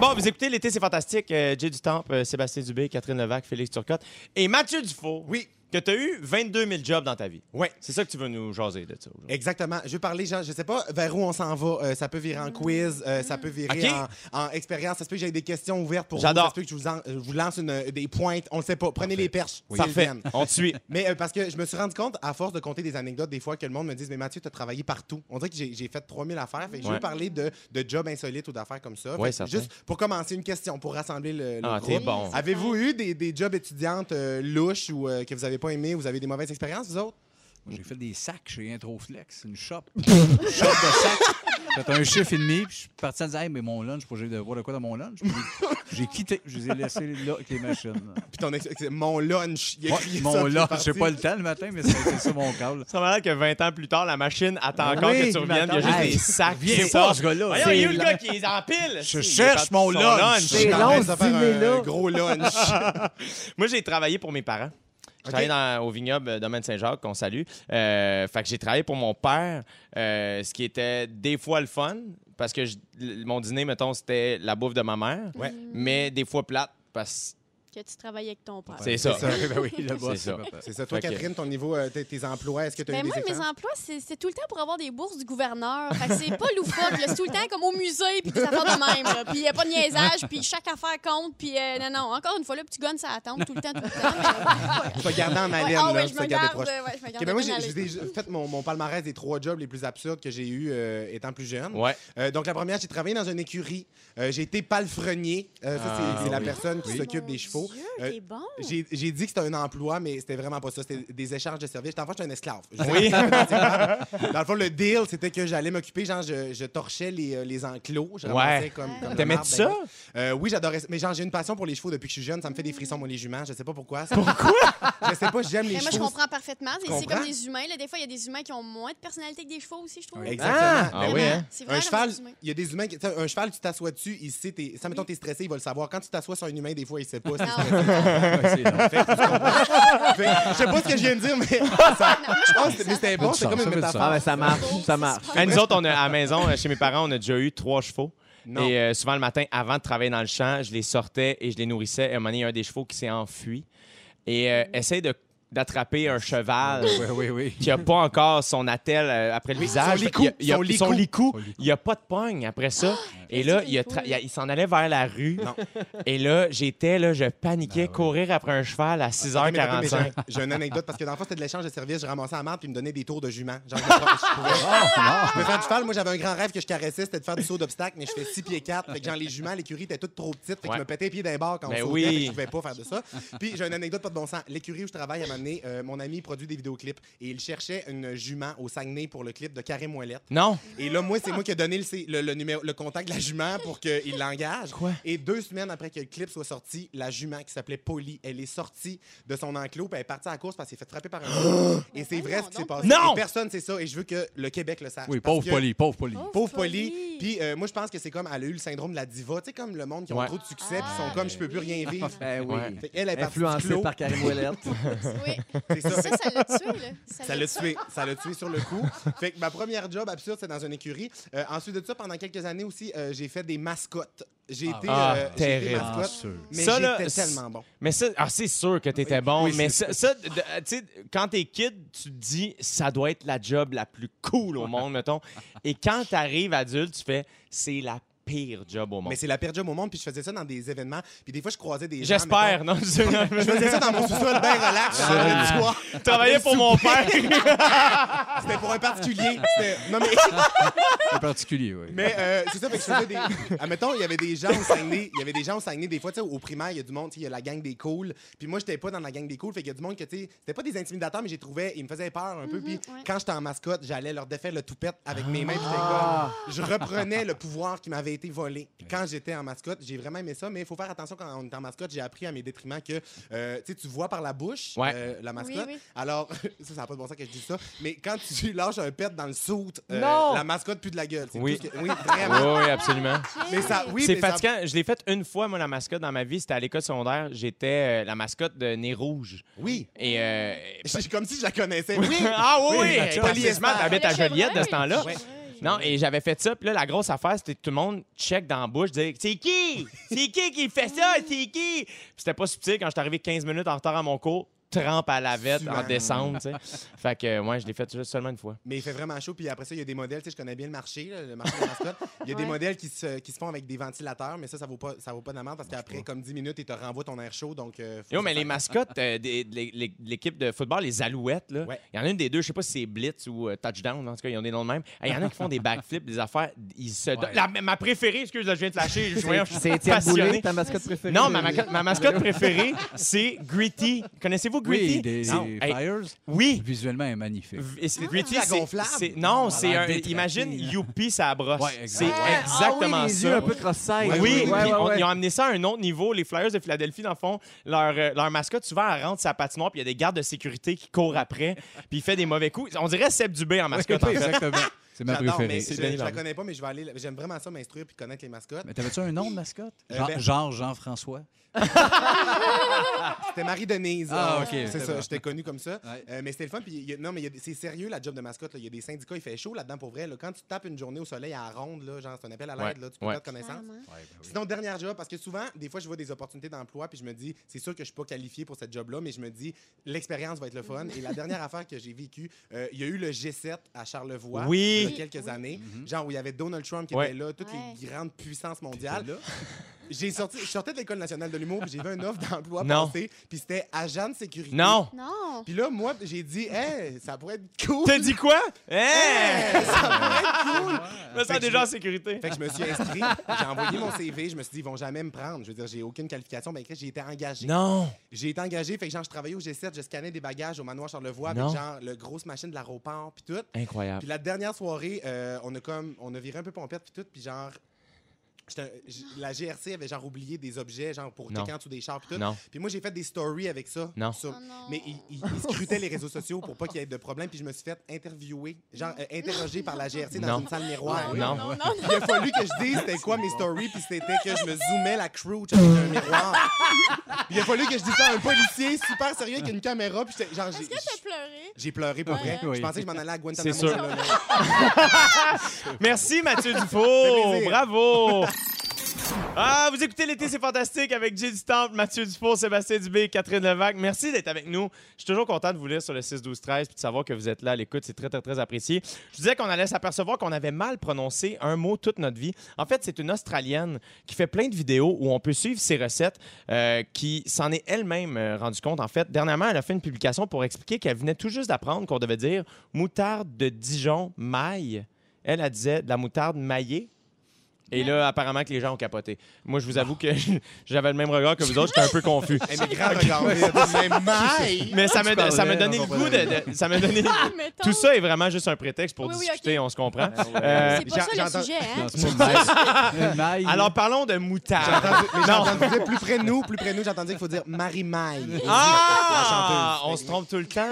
Bon, vous écoutez, l'été, c'est fantastique. Euh, Jay Dutemps, euh, Sébastien Dubé, Catherine Levac, Félix Turcotte et Mathieu Dufour. Oui. Que tu as eu 22 000 jobs dans ta vie. Ouais. C'est ça que tu veux nous jaser de ça aujourd'hui. Exactement. Je veux parler, genre, je sais pas vers où on s'en va. Euh, ça peut virer en quiz, euh, ça peut virer Mm. Ok. en, en expérience. Ça se peut que j'ai des questions ouvertes pour vous. J'adore. Ça se peut que je vous, en- je vous lance une- euh, des pointes. On le sait pas. Prenez les perches. c'est le Parfait. fun. On te suit. Mais euh, parce que je me suis rendu compte, à force de compter des anecdotes, des fois que le monde me dit Mais Mathieu, tu as travaillé partout. On dirait que j'ai j'ai fait 3000 affaires. Fait que Je Ouais. veux parler de, de jobs insolites ou d'affaires comme ça. Ouais, Fait que certain. juste pour commencer, une question pour rassembler le, le Ah, t'es groupe. bon. Avez-vous eu des, des jobs étudiantes euh, louches ou euh, que vous avez pas aimé ou vous avez des mauvaises expériences, vous autres Moi, J'ai fait des sacs chez Introflex, une shop. une shop de sacs. J'ai fait un chiffre et demi, puis je suis parti en disant, hey, mais mon lunch, faut que j'aille de voir de quoi dans mon lunch. Puis j'ai quitté, je les ai laissés là avec les machines. Puis ton ex- c'est mon lunch. il a Ouais, crié ça, mon puis il est lunch, parti. j'ai pas le temps le matin, mais c'est c'est ça mon câble. Ça m'a l'air que 20 ans plus tard, la machine attend encore Oui, que tu reviennes. Il y a m'attend. juste Hey, des sacs qui Viens pas, sortent. ce gars-là. Ah, Voyons, C'est il y a eu le lent. gars qui les empile. Je Il est cherche parti mon son lunch. Je suis C'est en train de long, se faire ce un dîner-là. gros lunch. Moi, j'ai travaillé pour mes parents. Je Ok. travaillais dans- au vignoble euh, Domaine Saint-Jacques, qu'on salue. Euh, fait que j'ai travaillé pour mon père, euh, ce qui était des fois le fun, parce que je- l- mon dîner, mettons, c'était la bouffe de ma mère, Ouais. mais des fois plate, parce Que tu travailles avec ton père. que c'est ça. ça. Ben oui, le boss, ça. papa. C'est ça. Toi, Fait que- Catherine, ton niveau, euh, tes, tes emplois, est-ce que tu as Ben eu des moi, mes expériences? emplois, c'est c'est tout le temps pour avoir des bourses du gouverneur. Fait que c'est pas loufoque. là. C'est tout le temps comme au musée, puis des affaires de même. là. Puis il n'y a pas de niaisage, puis chaque affaire compte. Puis euh, non, non, encore une fois, là, puis tu gagnes ça attend tout le temps, tout le temps. Tu vas garder en Mais, ouais, haleine, ah là, ouais, tu je vas me garder garde. proche. euh, ouais, je me garde Ok, ben moi, bien j'ai aller. j'ai déjà fait mon, mon palmarès des trois jobs les plus absurdes que j'ai eu euh, étant plus jeune. Ouais. Euh, donc, la première, j'ai travaillé dans une écurie. Euh, j'ai été palefrenier. Euh, ça, c'est- Ah, c'est la oui. personne qui Ah, s'occupe mon des chevaux. Dieu, Euh, t'es bon. J'ai j'ai dit que c'était un emploi, mais c'était vraiment pas ça. C'était des échanges de services. J'étais en fait, j'étais un esclave. Je sais Oui. pas comment dire. Dans le fond, le deal, c'était que j'allais m'occuper, genre, je, je torchais les, euh, les enclos. Je Ouais. ramassais comme, comme T'aimais-tu le ça? marbre, ben oui. Euh, oui, j'adorais ça. Mais genre, j'ai une passion pour les chevaux depuis que je suis jeune. Ça me fait des frissons, moi, les juments. Je sais pas pourquoi. Pourquoi? je sais pas, j'aime les Mais moi, chevaux. je comprends parfaitement. C'est- C'est comprends? comme des humains. Là. Des fois, il y a des humains qui ont moins de personnalité que des chevaux aussi, je trouve. Exactement. Ah Ben oui, Vraiment, hein? C'est Un vraiment cheval, des humains. il y a des humains qui. tu sais, Un cheval, tu t'assois dessus, il sait. T'es, ça, mettons, t'es stressé, il va le savoir. Quand tu t'assois sur un humain, des fois, il sait pas. c'est Non. stressé. Ouais, c'est long. Fait que Je sais pas ce que je viens de dire, mais. ça- Ah, c'est- mais c'était bon, c'est Ça fait comme du une sens. Ah, métaphore. ben ça marche, ça marche. Hein, nous autres, on a, à la maison, euh, chez mes parents, on a déjà eu trois chevaux. Non. Et euh, souvent, le matin, avant de travailler dans le champ, je les sortais et je les nourrissais. Et à un moment donné, il y a un des chevaux qui s'est enfui et euh, essaye de- d'attraper un cheval. Oui, oui, oui. qui a pas encore son attel euh, après le visage. son licou, Il y a- il y a- son licou. son licou. Son licou. Il n'y a pas de pogne après ça. Et Qu'est-ce là, que tu il, a fais, tra- toi? il a- il s'en allait vers la rue. Non. Ben Et là, j'étais, là, je paniquais, courir après un cheval à Attends, mais attends, mais 6h45. j'ai- J'ai une anecdote parce que dans le fond, c'était de l'échange de services. Je ramassais la marde puis ils me donnait des tours de jument. Genre, je pouvais, Ah, je pouvais faire du cheval. Moi, j'avais un grand rêve que je caressais, c'était de faire du saut d'obstacle, mais je fais 6 pieds 4. Fait que, genre, les juments, l'écurie était toute trop petite. Fait que Ouais. je me pétais les pieds d'un bar quand Mais on sautait. oui. fait que je pouvais pas faire de ça. Puis j'ai une anecdote pas de bon sens. L'écurie où je travaille à m'amener, euh, mon ami produit des vidéoclips et il cherchait une jument au Saguenay pour le clip de Karim Ouellette. Non. Et là, moi, c'est moi qui ai donné le, c- le, le numéro, le contact de la jument pour qu'il l'engage. Quoi? Et deux semaines après que le clip soit sorti, la jument qui s'appelait Polly, elle est sortie de son enclos, puis elle est partie à la course parce qu'elle s'est fait frapper par un chien. Et c'est vrai ce qui s'est passé. Non! Et personne sait ça, et je veux que le Québec le sache. Oui, parce pauvre que- poli, pauvre poli. Oh, Pauvre Polly. Polly. Puis euh, moi, je pense que c'est comme elle a eu le syndrome de la diva. Tu sais, comme le monde qui Ouais. ont trop de succès, puis Ah, sont comme je peux plus rien vivre. Ben Ouais. oui. Fait qu'elle, elle est partie du Influencé clos. par Karim Ouellet. Oui, Oui. C'est ça. Ça, ça l'a tué, là. Ça l'a tué. Ça l'a tué sur le coup. Fait que ma première job absurde, c'est dans une écurie. Euh, ensuite de ça, pendant quelques années aussi, euh, j'ai fait des mascottes. J'ai Ah, été, ouais. Ah, euh, j'ai été terrible. Ah, mascotte, Ah, mais Ça, là, j'étais c'est- tellement bon. Mais ça, ah, c'est sûr que t'étais bon. oui, mais c'est ça, ça, de- euh, tu sais, quand t'es kid, tu te dis, ça doit être la job la plus cool au monde, mettons. Et quand t'arrives adulte, tu fais, c'est la pire job au monde. Mais c'est la pire job au monde, puis je faisais ça dans des événements, puis des fois, je croisais des gens. J'espère, mettons. non? Je faisais ça dans mon sous-sol, bien relax, Ah. le soir. Je travaillais pour mon père. C'était pour un particulier. C'était- Non, mais C'est particulier, oui. Mais euh, c'est ça, fait que je faisais des. Admettons, il y avait des gens au Saguenay. Il y avait des gens au Saguenay. Des fois, tu sais, au primaire, il y a du monde, tu sais, il y a la gang des cools. Puis moi, j'étais pas dans la gang des cools. Fait qu'il y a du monde que, tu sais, c'était pas des intimidateurs, mais j'ai trouvé, ils me faisaient peur un peu. Puis Mm-hmm, ouais. quand j'étais en mascotte, j'allais leur défaire le toupette avec mes mains. puis j'étais Ah! comme- je reprenais le pouvoir qui m'avait été volé. Quand j'étais en mascotte, j'ai vraiment aimé ça. Mais il faut faire attention quand on est en mascotte. J'ai appris à mes dépriments que, euh, tu sais, tu vois par la bouche Ouais. euh, la mascotte. oui. Alors, ça, ça n'a pas de bon sens que je dise ça. Mais quand tu lâches un pet dans le saut, Non. la mascotte pue de la gueule. C'est Oui. tout ce que- oui, vraiment. oui, absolument. Mais ça, oui, c'est mais ça- fatigant. Je l'ai faite une fois, moi, la mascotte dans ma vie. C'était à l'école secondaire. J'étais euh, la mascotte de Nez Rouge. Oui. Et. euh, C'est comme si je la connaissais. Oui. ah oui, oui! Oui, hey, Nacho. Parisement, t'habites à Joliette de ce temps-là. Ouais. Non, et j'avais fait ça. Puis là, la grosse affaire, c'était que tout le monde check dans la bouche, dire C'est qui C'est qui qui fait ça C'est qui Puis c'était pas subtil quand j'étais arrivé 15 minutes en retard à mon cours. Trempe à la vette en Souvent. décembre, tu sais. Fait que, ouais, je l'ai fait juste seulement une fois. Mais il fait vraiment chaud. Puis après ça, il y a des modèles. Tu sais, je connais bien le marché, là, le marché des mascottes. Il y a des Ouais. modèles qui se, qui se font avec des ventilateurs, mais ça, ça vaut pas, ça vaut pas d'amende parce qu'après, comme 10 minutes, ils te renvoient ton air chaud. Donc, euh, faut Yo, mais faire- les mascottes euh, des- de l'é- l'é- de l'équipe de football, les Alouettes, là, il Ouais. y en a une des deux, je sais pas si c'est Blitz ou euh, Touchdown, en tout cas, ils ont des noms de même. Il y en a qui font des backflips, des affaires. Ils se donnent- la- ma préférée, excuse, là, je viens de te lâcher, je voyons, je suis C'est Étienne passionné. Boulay, ta mascotte préférée. Non, ma, maca- ma mascotte préférée, c'est Gritty. Connaissez-vous Gritty? Oui, des, Non. des Hey, Flyers, oui. visuellement, est magnifique. V- et c'est- Gritty, la c'est- gonflable? c'est- Non, c'est Ah, la un. détraquée, Imagine là. Youpi, ça brosse. Ouais, c'est exact. Ah, exactement ah oui, les yeux ça. un peu cross-side. Oui, Ouais, puis ouais, on- ouais. ils ont amené ça à un autre niveau. Les Flyers de Philadelphie, dans le fond, leur, euh, leur mascotte, souvent, elle rentre sa patinoire, puis il y a des gardes de sécurité qui courent après, puis il fait des mauvais coups. On dirait Seb Dubé en mascotte, en fait. exactement. C'est ma J'adore, mais préférée. je, C'est Denis je la Lambert. connais pas, mais je vais aller. J'aime vraiment ça m'instruire puis connaître les mascottes. Mais t'avais-tu un nom de mascotte? Hein? Euh, Jean- ben- Genre Jean-François? C'était Marie-Denise. Ah, Ouais. ok, C'est c'était ça, bon. j'étais connu comme ça. Ouais. Euh, mais c'était le fun. Puis, il y a- non, mais il y a des- c'est sérieux, la job de mascotte. là. Il y a des syndicats, il fait chaud là-dedans pour vrai. là. Quand tu tapes une journée au soleil à la ronde, là, genre, c'est un appel à l'aide, Ouais, là, tu peux ouais. ben perdre connaissance. Sinon, dernière job, parce que souvent, des fois, je vois des opportunités d'emploi, puis je me dis, c'est sûr que je suis pas qualifié pour cette job-là, mais je me dis, l'expérience va être le fun. Et la dernière affaire que j'ai vécue, euh, il y a eu le G7 à Charlevoix Oui. Mhm. il y a quelques années, genre où il y avait Donald Trump qui Ouais. était là, toutes les Ouais. grandes puissances mondiales. J'ai sorti, je sortais de l'école nationale de l'humour, puis j'ai vu une offre d'emploi Non. passer, puis c'était agent de sécurité. Non! Non. Puis là, moi, j'ai dit, hey, ça pourrait être cool. T'as dit quoi? Hein? Hey, ça pourrait être Je me Fait sens que déjà je- en sécurité. Fait que je me suis inscrit, j'ai envoyé mon CV, je me suis dit, ils vont jamais me prendre. Je veux dire, j'ai aucune qualification, mais j'ai été engagé. Non! J'ai été engagé, fait que genre, je travaillais au G7, je scannais des bagages au manoir Charlevoix, Non. avec genre, le grosse machine de l'aéroport, puis tout. Incroyable. Puis la dernière soirée, euh, on a comme, on a viré un peu pompette, puis tout, puis genre, j'étais- j- la GRC avait genre oublié des objets, genre pour Non. quelqu'un en dessous des chars, puis tout. Non. Puis moi, j'ai fait des stories avec ça. Non. sur- Oh non. Mais ils il, il scrutaient les réseaux sociaux pour pas qu'il y ait de problème, puis je me suis fait interviewer, genre euh, interroger par la GRC dans Non. une salle miroir. Non. Non, non, Il a fallu que je dise c'était quoi mes stories, puis c'était que je me zoomais la crew avec un miroir. Il a fallu que je dise ça à un policier super sérieux avec une caméra, puis j'étais- genre, j'ai- Est-ce que t'as pleuré? j'ai pleuré pour Ouais, vrai. hein? Oui. Je pensais que je m'en allais à Guantanamo. C'est sûr. là, là. Merci Mathieu Fait Dufour, plaisir. bravo. Ah, vous écoutez l'été, c'est fantastique avec Jay Du Temple, Mathieu Dufour, Sébastien Dubé, Catherine Levac. Merci d'être avec nous. Je suis toujours content de vous lire sur le 6 12 13 puis de savoir que vous êtes là à l'écoute, c'est très très très apprécié. Je disais qu'on allait s'apercevoir qu'on avait mal prononcé un mot toute notre vie. En fait, c'est une australienne qui fait plein de vidéos où on peut suivre ses recettes euh, qui s'en est elle-même euh, rendue compte en fait. Dernièrement, elle a fait une publication pour expliquer qu'elle venait tout juste d'apprendre qu'on devait dire moutarde de Dijon maille. Elle, elle disait de la moutarde maillée. Et là, apparemment que les gens ont capoté. Moi, je vous avoue que j'avais le même regard que vous autres, j'étais un peu confus. Eh, mais grand regard, mais il a dit, mais maille! Mais ça Tu me, parlais, ça me donnait on le goût comprenait de, de- ça me donnait Ah, mettons. tout ça est vraiment juste un prétexte pour Oui, oui, discuter, on se comprend. Ah Euh, C'est pas j'a- ça j'entends- le sujet, hein? Non, c'est pas une maille. Une maille. alors parlons de moutarde. J'entends- mais Non. j'entendais plus près de nous, plus près de nous, j'entendais qu'il faut dire Marie-Maille. Ah, La chanteuse. on se trompe tout le temps.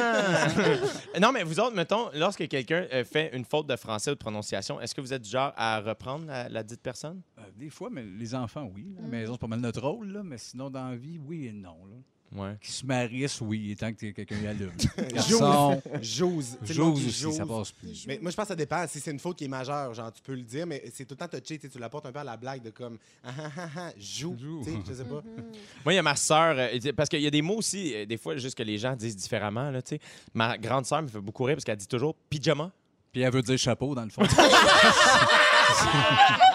non, mais vous autres, mettons, lorsque quelqu'un euh, fait une faute de français ou de prononciation, est-ce que vous êtes du genre à reprendre la, la dite personne? Euh, Des fois, mais les enfants, oui. là. À la maison, c'est pas mal notre rôle, là. mais sinon, dans la vie, oui et non. là. Ouais. qui se marissent, oui, tant que t'es- quelqu'un y allume. J'ose. Garçon, J'ose. Tu sais, le monde j'ose qui aussi, ça j'ose. passe Il plus. joue. Mais moi, je pense que ça dépend. Si c'est une faute qui est majeure, genre, tu peux le dire, mais c'est tout le temps touché. Tu sais, tu l'apportes un peu à la blague de comme, ah ah ah ah, joue. Joue. Tu sais, je sais pas. Moi, il y a ma sœur, euh, tu- parce qu'il y a des mots aussi, euh, des fois, juste que les gens disent différemment. Là, tu sais. ma grande sœur me fait beaucoup rire parce qu'elle dit toujours pyjama. Puis elle veut dire chapeau, dans le fond.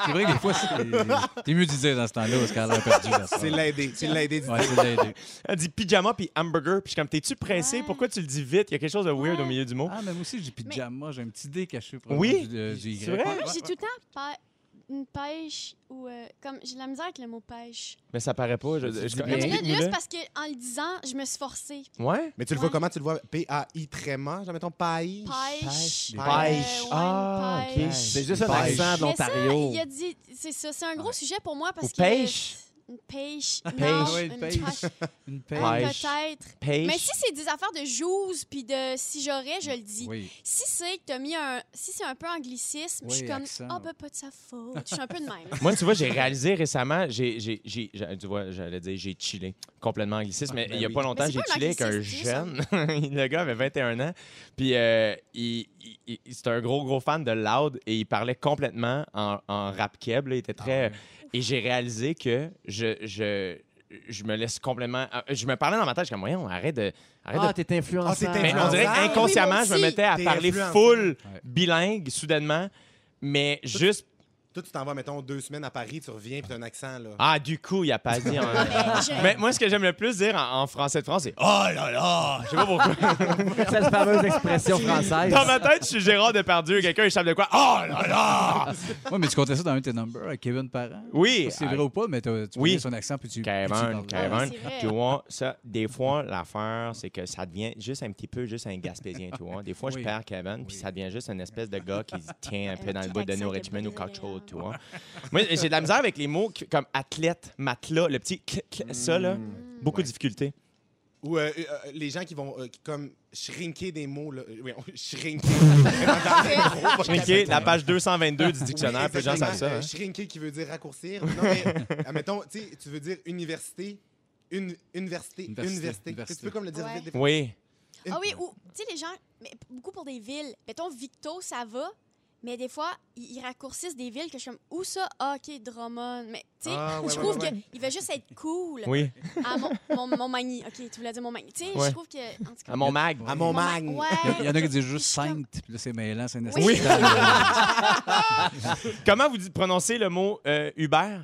c'est vrai que des fois, c'est- t'es mieux d'y dire dans ce temps-là, parce qu'elle a perdu. la soirée. C'est l'aider. C'est l'aider. Ouais, c'est l'aider. Elle dit pyjama puis hamburger. Puis je suis comme, t'es-tu pressé? Ouais. Pourquoi tu le dis vite? Il y a quelque chose de weird Ouais. au milieu du mot. Ah, mais moi aussi, j'ai pyjama, j'ai un petit dé caché pour Oui, du, euh, du Y. c'est vrai. Moi, j'ai tout le temps pe- une pêche ou euh, comme j'ai de la misère avec le mot pêche. Mais ça paraît pas. Je, je, C'est je- du bien. Mais là, explique-nous-le. là, c'est parce que en le disant, je me suis forcée. Ouais? Mais tu le vois Ouais. comment? Tu le vois P-A-I tréma? Genre, mettons, paille. Pêche. Pêche. euh, Pêche. ouais, Ah, une ok. C'est pêche. juste un Pêche. accent de Mais ça, l'Ontario. il a dit, c'est ça, c'est un gros sujet pour moi parce Ou que pêche. une pêche, Pêche. non, Ouais, une une pêche. pêche, Une paire. Ah, Pêche. peut-être. Pêche. Mais si c'est des affaires de joues puis de si j'aurais, je le dis. Oui. Si c'est que t'as mis un, si c'est un peu anglicisme, je suis Oui, comme accent. ah ben pas de sa faute, je suis un peu de même. Moi, tu vois, j'ai réalisé récemment, j'ai, j'ai, j'ai- j'ai- tu vois, j'allais dire, j'ai chillé. Complètement anglicisme, mais ben il n'y a oui. pas longtemps, Mais c'est j'ai pas un chillé avec un anglicisme, jeune. le gars avait 21 ans. Puis, euh, il, il- il- il- c'était un gros, gros fan de Loud et il parlait complètement en, en rap keb. là. Il était très. Et j'ai réalisé que je. je je me laisse complètement. ah, Je me parlais dans ma tête, je suis comme, voyons, arrête de. Arrête de Ah, t'es influencé. Ah, t'es mais on dirait Ah oui, moi inconsciemment, je me aussi. mettais à T'es parler influencé. full Ouais. bilingue soudainement, mais juste. Toi, tu t'en vas, mettons, deux semaines à Paris, tu reviens, puis t'as un accent, là. Ah, du coup, il n'y a pas dit. en- je- mais moi, ce que j'aime le plus dire en, en français de France, c'est Oh là là Je sais pas pourquoi. Cette fameuse expression française. Dans ma tête, je suis Gérard Depardieu, quelqu'un échappe de quoi Oh là là Ouais, mais tu comptais ça dans un de tes numbers à Kevin Parent? Oui Je sais pas si C'est vrai ou pas, mais t'as- tu Oui. connais son accent, puis tu. Kevin, puis tu parles. Kevin, Ah c'est vrai. tu vois, ça, des fois, l'affaire, c'est que ça devient juste un petit peu juste un gaspésien, tu vois. Des fois, je Oui. perds Kevin, puis ça devient juste une espèce de gars qui se tient un peu Un dans le petit bout de accent nos qui est Richmond pas ou quelque chose, désagréable. tu vois. Moi, j'ai de la misère avec les mots qui- comme athlète, matelas, le petit cl- cl- ça, là, Hmm. beaucoup de difficultés. Ou euh, euh, euh, les gens qui vont, euh, qui, comme, shrinker des mots, là. Euh, Oui, on- shrinker. Vraiment, gros Shrinker, la page 222 du dictionnaire, Oui, peu de gens savent exactement. ça. Euh, hein. Shrinker qui veut dire raccourcir. Non, mais admettons, tu sais, tu veux dire université, une, université, Université, université. université. Tu peux comme le dire Ouais. vite, des fois. hein. Oui. Ah oui, ou, tu sais, les gens, mais p- beaucoup pour des villes. Mettons, Victo, ça va, mais des fois, ils, ils raccourcissent des villes que je suis comme, où ça? Ah, OK, Drummond. Mais, tu sais, Ah, ouais, je ouais, trouve ouais, ouais. qu'il veut juste être cool. Oui. Ah, mon, mon, mon magni. OK, tu voulais dire mon magni. Tu sais, Ouais. je trouve que. En tout cas, À mon mag. À mon mag. magne. Ouais. Il y en a qui disent juste Je suis comme- 5, puis là, c'est mêlant, c'est une Oui. assistante. Comment vous dites- prononcez le mot euh, Uber?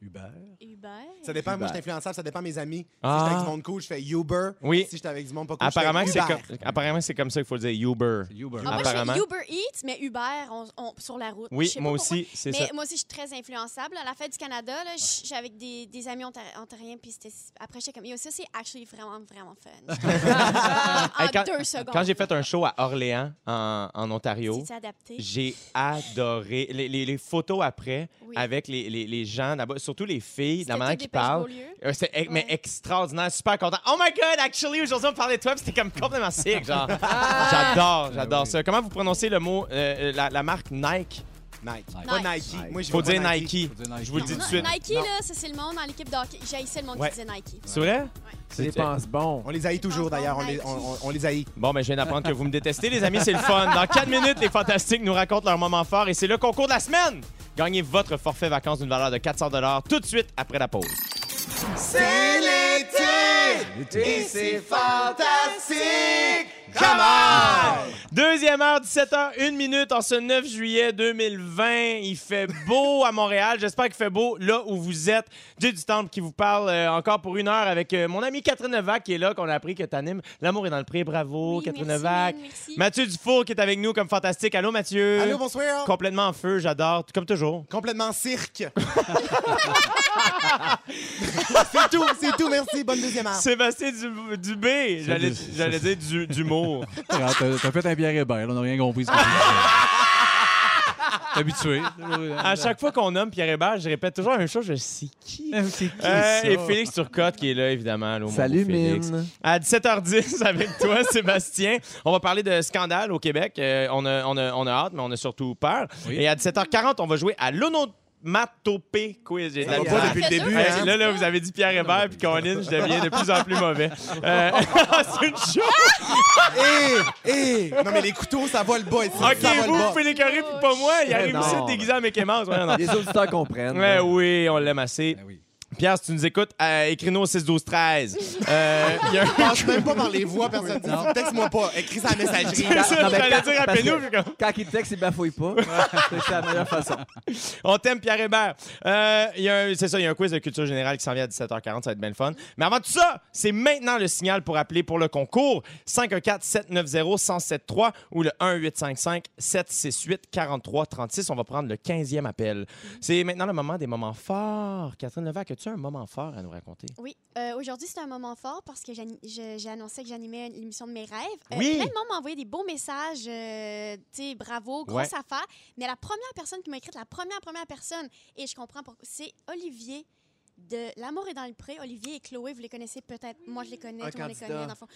Uber. Hubert. Ça dépend, moi, je Uber. suis influençable, ça dépend de mes amis. Si Ah. j'étais avec du monde cool, je fais Uber. Oui. Si j'étais avec du monde pas cool, Apparemment, que je c'est fais Uber. comme, apparemment, c'est comme ça qu'il faut le dire, Uber. C'est Uber. Ah, moi, Apparemment. je fais Uber Eats, mais Uber on, on- sur la route. Je Oui, sais moi pas pourquoi. aussi, c'est Mais ça. moi aussi, je suis très influençable. À la fête du Canada, là, je- j'étais avec des, des amis onta- ontariens, puis c'était- après, j'étais comme, yo, ça, c'est actually vraiment, vraiment fun. en Hey, quand- deux secondes. Quand j'ai fait un show à Orléans, en, en Ontario, C'est adapté. j'ai adoré les, les- les photos après Oui. avec les, les- les gens là-bas, surtout les filles, la C'était manière tout qu'ils Dépêche parlent. Beaulieu. Euh, C'est eh, mais Ouais. extraordinaire, super content. Oh my God, actually, aujourd'hui, on parlait de toi, puis c'était comme complètement sick, genre. Ah! J'adore, j'adore Ben oui. ça. Comment vous prononcez le mot, euh, la, la marque Nike? Nike. Nike. Pas Nike. Nike. Moi, je Faut vais dire pas Nike. Faut dire Nike. Je vous le Non, dis tout de Non, suite. Nike, Non. là, ça, c'est le monde dans l'équipe de hockey. J'haïssais le monde Ouais. qui disait Nike. C'est vrai? C'est pense bon. On les haït toujours, d'ailleurs. On les, on, on- on les haït. Bon, ben, je viens d'apprendre que vous me détestez, les amis, c'est le fun. Dans 4 minutes, les Fantastiques nous racontent leur moment fort et c'est le concours de la semaine. Gagnez votre forfait vacances d'une valeur de 400 tout de suite après la pause. C'est l'été! L'été. c'est fantastique! Deuxième heure, 17h, 1 minute en ce 9 juillet 2020. Il fait beau à Montréal. J'espère qu'il fait beau là où vous êtes. Dieu du Temple qui vous parle euh, encore pour une heure avec euh, mon amie Catherine Nevac qui est là, qu'on a appris que t'animes. L'amour est dans le pré. Bravo, Oui, Catherine merci, Nevac. man, merci. Mathieu Dufour qui est avec nous comme fantastique. Allô, Mathieu. Allô, bonsoir! Complètement en feu, j'adore, comme toujours. Complètement cirque! c'est tout, c'est tout, merci. Bonne deuxième heure. Sébastien Du- Dubé, j'allais du- j'allais dire du- d'humour. Ah, T'as t'as fait un Pierre Hébert, là, on n'a rien compris. ce que tu disais. T'es Habitué. à chaque fois qu'on nomme Pierre Hébert, je répète toujours un chose, je sais qui. C'est qui Euh, ça? et Félix Turcotte qui est là, évidemment. Allô, mon Salut, beau Félix. Mine. À 17h10 avec toi, Sébastien. On va parler de scandale au Québec. Euh, on, a, on, a, on a hâte, mais on a surtout peur. Oui. Et à 17h40, on va jouer à l'ono- Matopé quiz. J'ai de la Ça va misère. pas depuis le début, Hey, hein? Là, là, vous avez dit Pierre Hébert puis Colin, je deviens de plus en plus mauvais. Euh, c'est une chose. Hé! Hé! Eh, Non, mais les couteaux, ça va le bas ici. Ok, ça va vous, le bas. vous les carrés puis pas moi. Il Mais arrive ici non. déguisé en Mickey Mouse. Ouais, non. Les auditeurs comprennent. Ouais, là. Eh oui, on l'aime assez. Ben oui. Pierre, si tu nous écoutes, euh, écris-nous au 6 12 13 euh, Il y a un... Passe même pas par les voix, personne dit. Texte-moi pas, écris ça à la messagerie. C'est ça, Non, mais j'allais dire, quand- parce que- appelle-nous. puis comme- Quand il texte, il bafouille pas. C'est- C'est la meilleure façon. On t'aime, Pierre Hébert. Euh, il y a un- c'est ça, il y a un quiz de culture générale qui s'en vient à 17h40, ça va être bien le fun. Mais avant tout ça, c'est maintenant le signal pour appeler pour le concours 514-790-1073 ou le 1-855-768-4336. On va prendre le 15e appel. C'est maintenant le moment des moments forts. Catherine Levac, as-tu un moment fort à nous raconter? Oui, euh, aujourd'hui, c'est un moment fort parce que j'ani- je- j'ai annoncé que j'animais l'émission de mes rêves. Euh, Oui. Plein de monde m'a envoyé des beaux messages, euh, tu sais, bravo, grosse Ouais. affaire. Mais la première personne qui m'a écrite, la première, première personne, et je comprends pourquoi, c'est Olivier de L'amour est dans le pré. Olivier et Chloé, vous les connaissez peut-être. Moi, je les connais, Un tout le monde les candidat. connaît, dans le fond.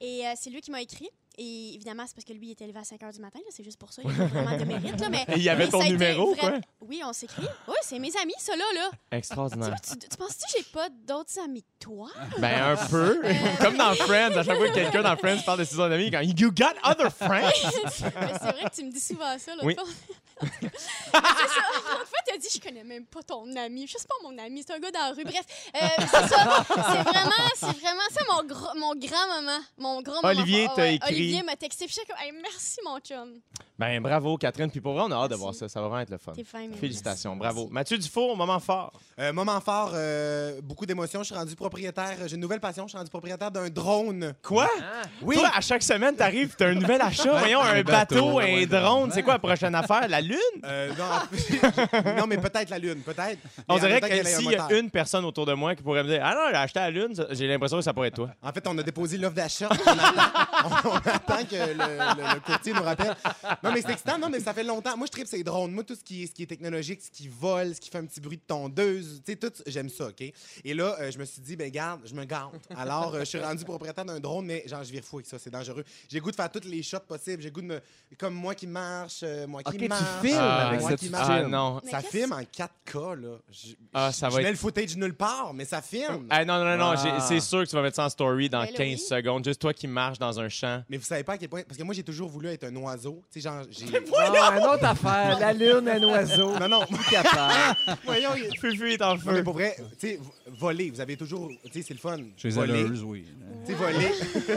Et euh, c'est lui qui m'a écrit. Et évidemment, c'est parce que lui, il était élevé à 5 h du matin. là, C'est juste pour ça. Il a pas vraiment de mérite. Là, mais, Et il y avait mais ton ça a été numéro, quoi. Oui, on s'écrit. Oui, c'est mes amis, ceux-là. Là. Tu, Extraordinaire. vois, tu, tu penses-tu que j'ai pas d'autres amis que toi? Ben, un peu. Comme dans Friends, à chaque fois que quelqu'un dans Friends parle de ses amis, il dit « You got other friends? Mais c'est vrai que tu me dis souvent ça, l'autre Oui. fois. En tout cas, c'est ça. L'autre fois, t'as dit, je connais même pas ton ami. Je sais pas mon ami, c'est un gars dans la rue. Bref, euh, c'est ça. C'est vraiment, c'est vraiment ça mon, gros- mon grand moment. Mon grand moment. Olivier Ah t'a ouais, écrit. Olivier m'a texté. Puis j'étais comme, Hey, merci, mon chum. » Ben, bravo, Catherine. Puis pour vrai, on a hâte de Merci. voir ça. Ça va vraiment être le fun. T'es fin, mais Félicitations, merci. bravo. Mathieu Dufour, moment fort. Euh, moment fort, euh, beaucoup d'émotions. Je suis rendu propriétaire. J'ai une nouvelle passion. Je suis rendu propriétaire d'un drone. Quoi? Oui. Ah. Toi, à chaque semaine, t'arrives, t'as un nouvel achat. Voyons, un Un bateau, bateau, un ouais. drone. C'est quoi la prochaine affaire? La lune? Euh, non, en- non, mais peut-être la lune, peut-être. On Mais en dirait même temps qu'il que y a un s'il y a moteur. une personne autour de moi qui pourrait me dire Ah non, j'ai acheté la lune, ça- j'ai l'impression que ça pourrait être toi. En fait, on a déposé l'offre d'achat. On attend, on attend que le, le- le courtier nous rappelle. Non, mais c'est excitant. Non, mais ça fait longtemps. Moi, je tripe ces drones. Moi, tout ce qui est, ce qui est technologique, ce qui vole, ce qui fait un petit bruit de tondeuse, tu sais, tout, j'aime ça, OK? Et là, euh, je me suis dit, ben garde, je me garde. Alors, euh, je suis rendu propriétaire d'un drone, mais genre, je vire fou avec ça. C'est dangereux. J'ai goût de faire toutes les shots possibles. J'ai goût de me... Comme moi qui marche, euh, moi qui Ok, tu marche. filmes euh, avec moi cette qui marche. Ah non. Mais Ça qu'est-ce- filme en 4K, là. Je, Ah, ça va je mets être- le footage nulle part, mais ça filme. Ah, non, non, non, non, Ah. j'ai- c'est sûr que tu vas mettre ça en story dans Ben 15 là, oui. secondes. Juste toi qui marches dans un champ. Mais vous savez pas à quel point. Parce que moi, j'ai toujours voulu être un oiseau. Tu sais, genre, j'ai. Ah, une autre affaire. La lune, un oiseau. Non, non. Plus Ah, capable. Voyons, il- Fufu est en Non, mais feu. pour vrai, tu sais, vo- voler, vous avez toujours. Tu sais, c'est le fun. Chez les voler. alleuses, oui. Tu sais, voler. Chez les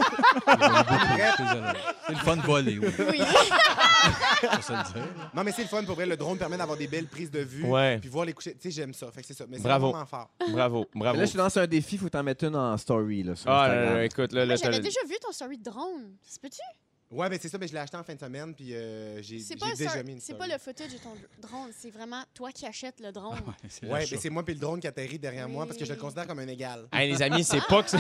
alleuses. C'est le fun de voler, oui. Oui. Faut se le dire. Non, mais c'est le fun. Pour vrai, le drone permet d'avoir des belles prises de vue. Ouais. Puis voir les couchers. Tu sais, j'aime ça. Fait que c'est ça. Mais c'est Bravo. vraiment fort. Bravo, Mais bravo. Là, je te lance un défi. Faut t'en mettre une en story. Là, sur Ah là, Instagram. là, là, écoute, là, là, Moi, t'as J'avais le- déjà vu ton story de drone. C'est peux-tu? Ouais, mais c'est ça. Mais je l'ai acheté en fin de semaine. Puis euh, j'ai C'est j'ai pas, un déjà story- mis une c'est story. pas le footage de ton drone. C'est vraiment toi qui achètes le drone. Ah C'est Ouais, l'achat. mais c'est moi puis le drone qui atterrit derrière moi parce que je le considère comme un égal. Ah. Hey, les amis, c'est pas que.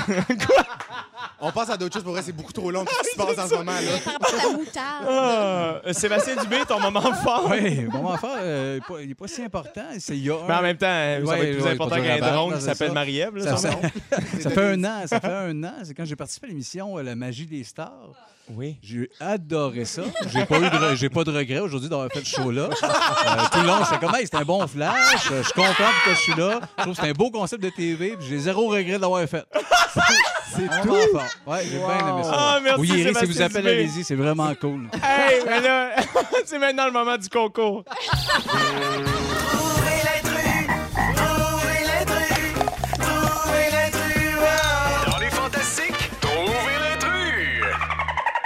On passe à d'autres choses pour vrai, c'est beaucoup trop long tout ce qui se passe en ce moment là. Mais par rapport à la moutarde. Ah, euh, Sébastien Dubé, ton moment fort. Oui, moment fort, euh, il est pas- il n'est pas, si important. C'est il y a Mais Ben, en un- même temps, euh, ça va Ouais, être plus ouais, important pas qu'un dur à drone battre, qui c'est s'appelle ça. Marie-Ève. là, Ça, son nom. C'est Ça de- fait un an, ça fait un an. C'est quand j'ai participé à l'émission euh, La magie des stars. Oui. J'ai adoré ça. J'ai pas eu de, re- j'ai pas de regret aujourd'hui d'avoir fait ce show-là. Euh, tout le long, j'étais comme, Hey, c'était un bon flash. Euh, Je suis content que je suis là. Je trouve que c'est un beau concept de TV. puis J'ai zéro regret d'avoir fait. C'est tout. Ouais, j'ai bien aimé ça. Ah, merci, Vous irez si Sébastien vous appelez, Dubé. allez-y. C'est vraiment cool. Hey, mais là, c'est maintenant le moment du concours. Trouvez l'intrus, trouvez l'intrus, trouvez l'intrus. Dans les fantastiques, trouvez l'intrus.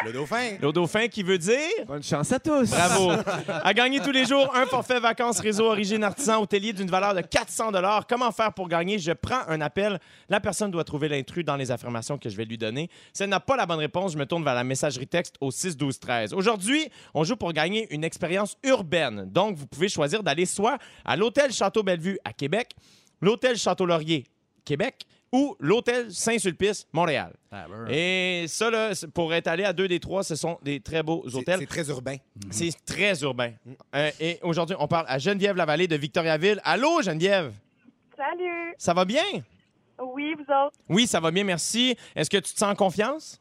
Le dauphin. Le dauphin qui veut dire. Bonne chance à tous. Bravo. À gagner tous les jours un forfait vacances réseau Origine Artisan hôtelier d'une valeur de 400 dollars. Comment faire pour gagner Je prends un appel. La personne doit trouver l'intrus dans les affirmations que je vais lui donner. Si elle n'a pas la bonne réponse, je me tourne vers la messagerie texte au 6 12 13. Aujourd'hui, on joue pour gagner une expérience urbaine. Donc, vous pouvez choisir d'aller soit à l'hôtel Château Bellevue à Québec, l'hôtel Château Laurier, Québec, ou l'hôtel Saint-Sulpice, Montréal. Et ça, là, c'est- pour être allé à deux des trois, ce sont des très beaux C'est- hôtels. C'est très urbain. Mhm. C'est très urbain. Euh, et aujourd'hui, on parle à Geneviève Lavallée de Victoriaville. Allô, Geneviève? Salut. Ça va bien? Oui, vous autres. Oui, ça va bien, merci. Est-ce que tu te sens en confiance?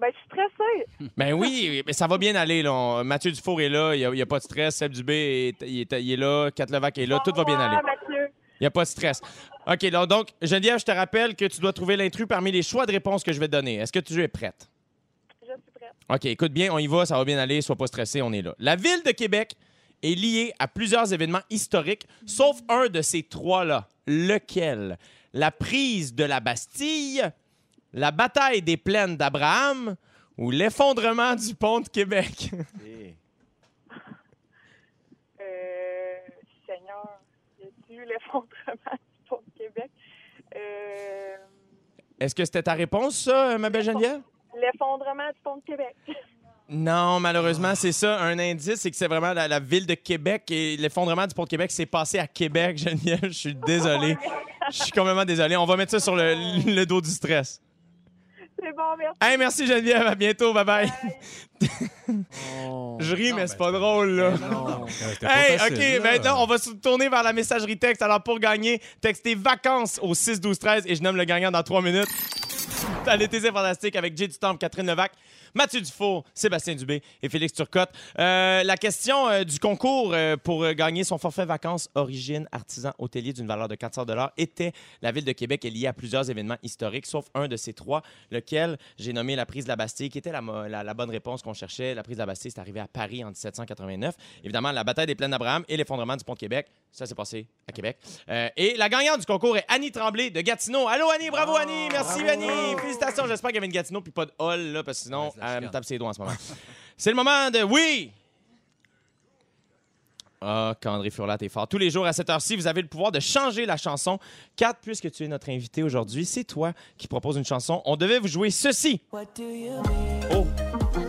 Ben, je suis stressée. Ben oui, mais ça va bien aller. Là. On- Mathieu Dufour est là, il n'y a, il y a pas de stress. Seb Dubé, est, il, est, il est là. Kat Levac est là. Tout va bien aller. Ah, Mathieu. Il n'y a pas de stress. OK, là, donc, Geneviève, je te rappelle que tu dois trouver l'intrus parmi les choix de réponses que je vais te donner. Est-ce que tu es prête? Je suis prête. OK, écoute bien, on y va, ça va bien aller, sois pas stressé, on est là. La ville de Québec est liée à plusieurs événements historiques, sauf un de ces trois-là. Lequel? La prise de la Bastille, la bataille des plaines d'Abraham ou l'effondrement du pont de Québec? Euh, Seigneur, y a-tu l'effondrement du pont de Québec? Euh, Est-ce que c'était ta réponse, ça, euh, ma belle Geneviève? l'effondrement du pont de Québec. Non, malheureusement, c'est ça. Un indice, c'est que c'est vraiment la, la ville de Québec et l'effondrement du pont de Québec s'est passé à Québec, Geneviève. Je suis désolé. Je suis complètement désolé. On va mettre ça sur le, le dos du stress. C'est bon, merci. Hey, merci Geneviève. À bientôt. Bye bye. Oh. Je ris, mais c'est pas drôle, là. Eh, Hey, OK, ben maintenant, on va se tourner vers la messagerie texte. Alors, pour gagner, textez vacances au 6-12-13 et je nomme le gagnant dans 3 minutes. À l'été, c'est fantastique avec Jay Dutemps, Catherine Levac, Mathieu Dufour, Sébastien Dubé et Félix Turcotte. Euh, la question euh, du concours euh, pour euh, gagner son forfait vacances origine artisan hôtelier d'une valeur de 400 était la ville de Québec est liée à plusieurs événements historiques, sauf un de ces trois, lequel j'ai nommé la prise de la Bastille, qui était la, mo- la- la bonne réponse qu'on cherchait. La prise de la Bastille, c'est arrivé à Paris en 1789. Évidemment, la bataille des plaines d'Abraham et l'effondrement du pont de Québec, ça s'est passé à Québec. Euh, et la gagnante du concours est Annie Tremblay de Gatineau. Allô, Annie, bravo, Oh! Annie, merci, Annie, félicitations. J'espère qu'il y avait une Gatineau puis pas de Hall, là, parce que sinon, Ouais, c'est la elle me chicane. tape ses doigts en ce moment. c'est le moment de oui! Ah, qu'André Furlat est fort. Tous les jours à cette heure-ci, vous avez le pouvoir de changer la chanson. Kat, puisque tu es notre invité aujourd'hui, c'est toi qui propose une chanson. On devait vous jouer ceci. Oh,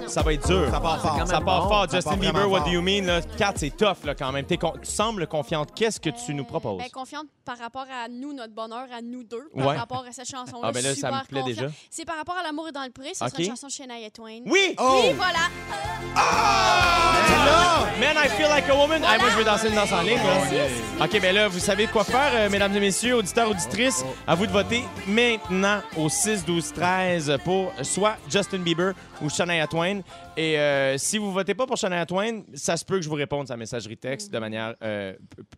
ça va être dur. Ça part fort. Ah, Ça part bon. fort. Ça Justin part Bieber, vraiment What fort. Do You Mean? Là. Kat, c'est tough là, quand même. T'es con- Tu sembles confiante. Qu'est-ce que tu nous proposes? Ben, confiante par rapport à nous, notre bonheur, à nous deux, par Ouais. rapport à cette chanson-là. Ah, ben là, ça super me plaît confiante. déjà. C'est par rapport à L'amour est dans le pré, c'est Ok. une chanson de Shania Twain. Oui! Oh! Oui, voilà. Man, I feel like a woman. Ah, moi, je veux danser une danse en ligne. là. OK, ben là, vous savez de quoi faire, euh, mesdames et messieurs, auditeurs, auditrices. Oh, À vous de voter maintenant au 6, 12, 13 pour soit Justin Bieber ou Shania Twain. Et euh, si vous votez pas pour Shania Twain, ça se peut que je vous réponde sa messagerie texte de manière euh, p- p-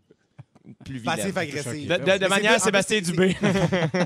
plus vilaine. Passif-agressif. De, de- de Mais c'est manière deux- en Sébastien fait, c'est- Dubé.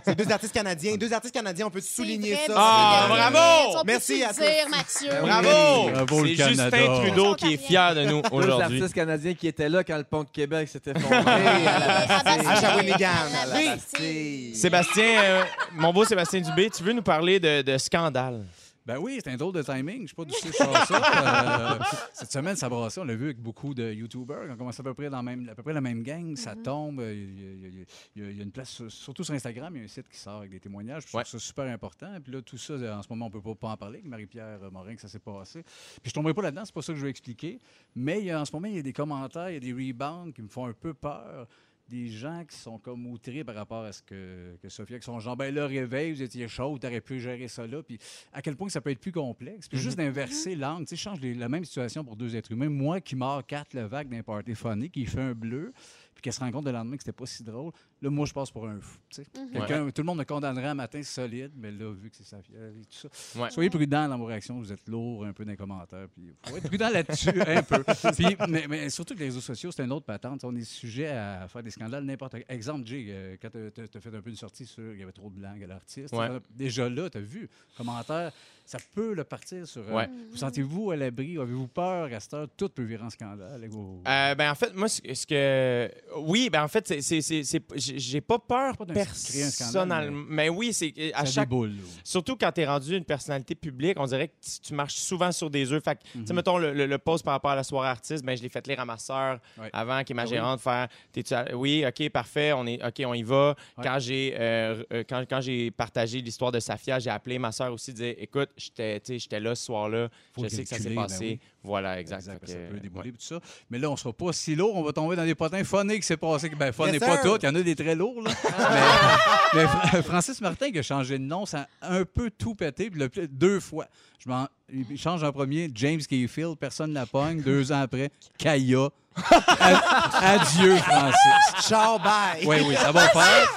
C'est deux artistes canadiens. Deux artistes canadiens, on peut C'est souligner vrai, ça. Ah, c'est vrai. bravo! On peut Merci se à le tous. dire, Mathieu. Ben Bravo! Bravo, le C'est Canada. Justin Trudeau qui est fier de nous Tous les aujourd'hui. artistes canadiens qui étaient là quand le pont de Québec s'était Hey, fondé. à la- À Shawinigan. Oui. Sébastien, euh, mon beau Sébastien Dubé, tu veux nous parler de, de scandale? Ben oui, c'est un drôle de timing. Je sais pas d'où c'est que je sors ça. Euh, cette semaine, ça brassait. On l'a vu avec beaucoup de YouTubers. On commence à peu près dans la même, à peu près la même gang. Ça tombe. Il y a- il y a- il y a, il y a une place, sur- surtout sur Instagram, il y a un site qui sort avec des témoignages. Puis Je Ouais. trouve ça super important. Puis là, tout ça, euh, en ce moment, on peut pas, pas en parler avec Marie-Pierre euh, Morin que ça s'est passé. Puis je tomberai pas là-dedans. C'est pas ça que je veux expliquer. Mais il y a- en ce moment, il y a des commentaires, il y a des rebounds qui me font un peu peur. Des gens qui sont comme outrés par rapport à ce que, que Sophia, qui sont genre, ben là, réveil, vous étiez chaud, t'aurais pu gérer ça là. Puis à quel point que ça peut être plus complexe. Puis Mhm. juste d'inverser l'angle, tu sais, change les- la même situation pour deux êtres humains. Moi qui mord quatre le vague d'un party funny, qui fait un bleu, puis qu'elle se rend compte le lendemain que c'était pas si drôle, là, moi, je passe pour un fou. tu sais. Mhm. Quelqu'un, Tout le monde me condamnerait un matin solide, mais là, vu que c'est sa fière et tout ça. Ouais. Soyez prudents dans vos réactions, vous êtes lourd un peu dans les commentaires. Puis faut être prudent là-dessus un peu. Puis, mais, mais surtout que les réseaux sociaux, c'est une autre patente. On est sujet à faire des scandales n'importe quoi. Exemple, Jay, euh, quand tu as fait un peu une sortie sur il y avait trop de langue à l'artiste, Ouais. t'as fait- déjà là, tu as vu, commentaire, ça peut le partir sur. euh, Ouais. Vous sentez-vous à l'abri? Avez-vous peur à cette heure? Tout peut virer en scandale. avec vos- Euh, ben en fait, moi, ce ce que. Oui, ben en fait, c'est- c'est- c'est- c'est- j'ai j'ai pas peur Pas d'un- créer un scandale, personnellement. Mais oui, c'est à Ça chaque. déboule, là. Surtout quand tu es rendu une personnalité publique, on dirait que tu- tu marches souvent sur des œufs. Fait que, tu sais, Mhm. mettons le, le, le post par rapport à la soirée artiste, ben, je l'ai fait lire à ma sœur Ouais. avant, qui est ma Ah oui. gérante, faire T'es-tu à- Oui, OK, parfait, on est OK, on y va. Ouais. Quand j'ai euh, euh, quand, quand j'ai partagé l'histoire de Safia, j'ai appelé ma sœur aussi, dire Écoute, j'étais tu sais, j'étais là ce soir-là, Faut je sais que ça s'est calculer, ben passé. oui. Voilà, exact. Fait ça que, peut ouais. débouler et tout ça. Mais là, on sera pas si lourd. On va tomber dans des potins phoniques qui s'est passé. Ben, fun Yes, n'est pas sir. tout. Il y en a des très lourds, là. mais, euh, mais Fra- Francis Martin, qui a changé de nom, ça a un peu tout pété. Puis le, deux fois. Je m'en- il change en premier James Gayfield, personne ne la pogne. Deux ans après, Kaya. Adieu, Francis. Ciao, bye! Oui, oui, ça va faire.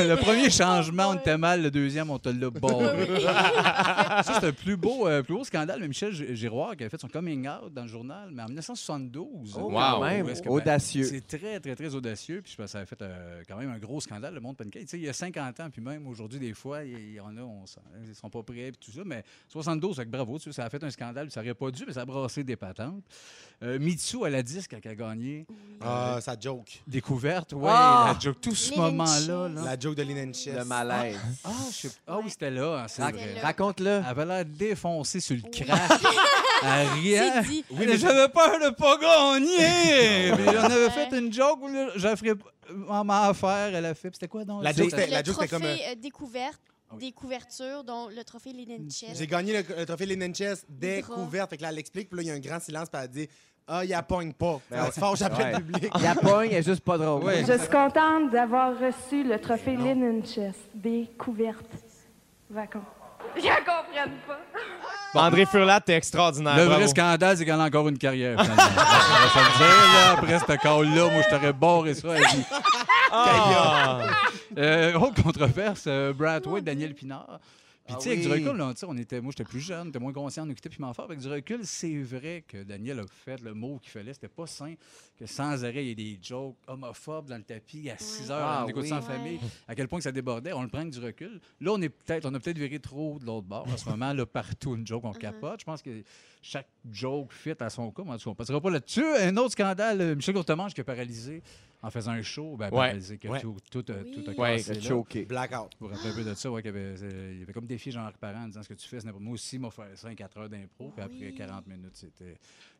Le premier changement, on était mal. Le deuxième, on te l'a barré. Ça, c'est le plus beau, euh, plus beau scandale. Mais Michel G- Giroir, qui a fait son coming out dans le journal, mais en 1972. Oh, Wow. quand même, Est-ce que- audacieux. C'est très, très, très audacieux. Puis je pense que ça a fait euh, quand même un gros scandale, le monde pancake. Tu sais, il y a 50 ans, puis même aujourd'hui, des fois, il y en a, on s'en- ils sont pas prêts, puis tout ça. Mais 72, fait que bravo, tu sais, ça a fait un scandale, puis ça aurait pas dû, mais ça a brassé des patentes. Euh, Mitsu, à la disque, elle a gagné. Ah, ça joke. Découverte, ouais, Ah! la joke. Tout ce Lynn moment-là. Chase. là. La joke de Lynn and Chess. Le malaise. Ah, je sais pas. Ah oui, c'était là, hein, c'est Ah, vrai. c'était là. Raconte-le. Elle avait l'air défoncée sur le crack. à rien. C'est dit. Oui, mais j'avais peur de pas gagner. mais j'en avais Ouais. fait une joke où là, j'en ferais maman à faire, elle a fait. puis C'était quoi donc La c'est- joke, c'était- Le la joke, trophée c'était comme, euh, découverte, Ah oui. des couvertures, dont le trophée Linen Chess. J'ai gagné le, le trophée Lynn and Chess Drap. découverte. Fait que là, elle l'explique, puis là, il y a un grand silence, puis elle dit Ah, il appogne pas. Elle se forge après le public. La pogne est juste pas drôle. Ouais. Je suis contente d'avoir reçu le trophée Linen Chess, découverte. Vacances. Je comprends pas. André Furlat, t'es extraordinaire. Le bravo. vrai scandale, c'est qu'elle a encore une carrière. finalement. Ça va se le dire, là, après ce call-là, moi, je t'aurais barré ça à vie. Ah! Euh, autre controverse, euh, Brad Wade, Daniel Pinard. Puis, Ah tu sais, avec du oui. recul, là, tu sais, on était, moi, j'étais plus jeune, j'étais moins conscient, on écoutait Piment Fort. Avec du recul, c'est vrai que Daniel a fait le mot qu'il fallait. C'était pas sain que sans arrêt, il y ait des jokes homophobes dans le tapis à 6 heures, Ah on écoute oui. ça en Ouais. famille, à quel point que ça débordait. On le prend avec du recul. Là, on est peut-être, on a peut-être viré trop de l'autre bord. En ce moment, là, partout, une Uh-huh. joke, on capote. Je pense que chaque joke fit à son cas. mais En tout cas, on passera pas là-dessus. Un autre scandale, euh, Michel Courtemanche qui a paralysé en faisant un show. Ben, Ouais. paralysé, que Ouais. tout, tout, euh, a- tout a Oui. Ouais, cassé, là. choqué. Blackout. Vous vous rappelez un peu de ça, ouais, qu'il avait, euh, il avait comme défié Jean-Marc Parent en disant ce que tu fais, c'est n'importe Moi aussi, il m'a fait 5-4 heures d'impro, puis après Oui. 40 minutes, c'était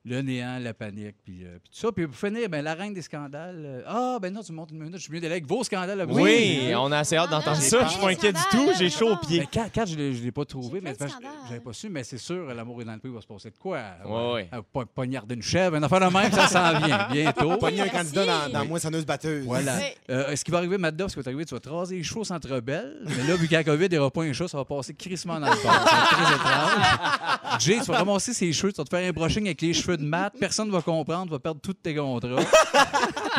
le néant, la panique, puis, euh, puis tout ça. Puis pour finir, ben, la reine des scandales. euh, ah, ben non, tu me montes une minute, je suis mieux d'aller avec vos scandales à vous. Oui, on a assez hâte d'entendre ça. Je suis pas inquiet du tout. J'ai chaud aux Mais pieds. quand, quand Ben, je ne l'ai pas trouvé, J'ai mais plein de parce que scandales. j'avais pas su, mais c'est sûr, l'amour est dans le pays, il va se passer de quoi? Ouais, ouais. Euh, po- Poignarder une chèvre, une affaire de même, ça s'en vient bientôt. Pogné un candidat dans, merci. dans Moins Sonneuse Batteuse. Voilà. Oui. Euh, ce qui va arriver, Madda, ce qui va t'arriver, tu vas te raser les cheveux sans te rebelle. Mais là, vu qu'à COVID, il n'y aura pas un chat, ça va passer crissement dans le bord. C'est très étrange. Jay, tu vas ramasser ses cheveux, tu vas te faire un brushing avec les cheveux de Matt. Personne ne va comprendre, tu vas perdre tous tes contrats.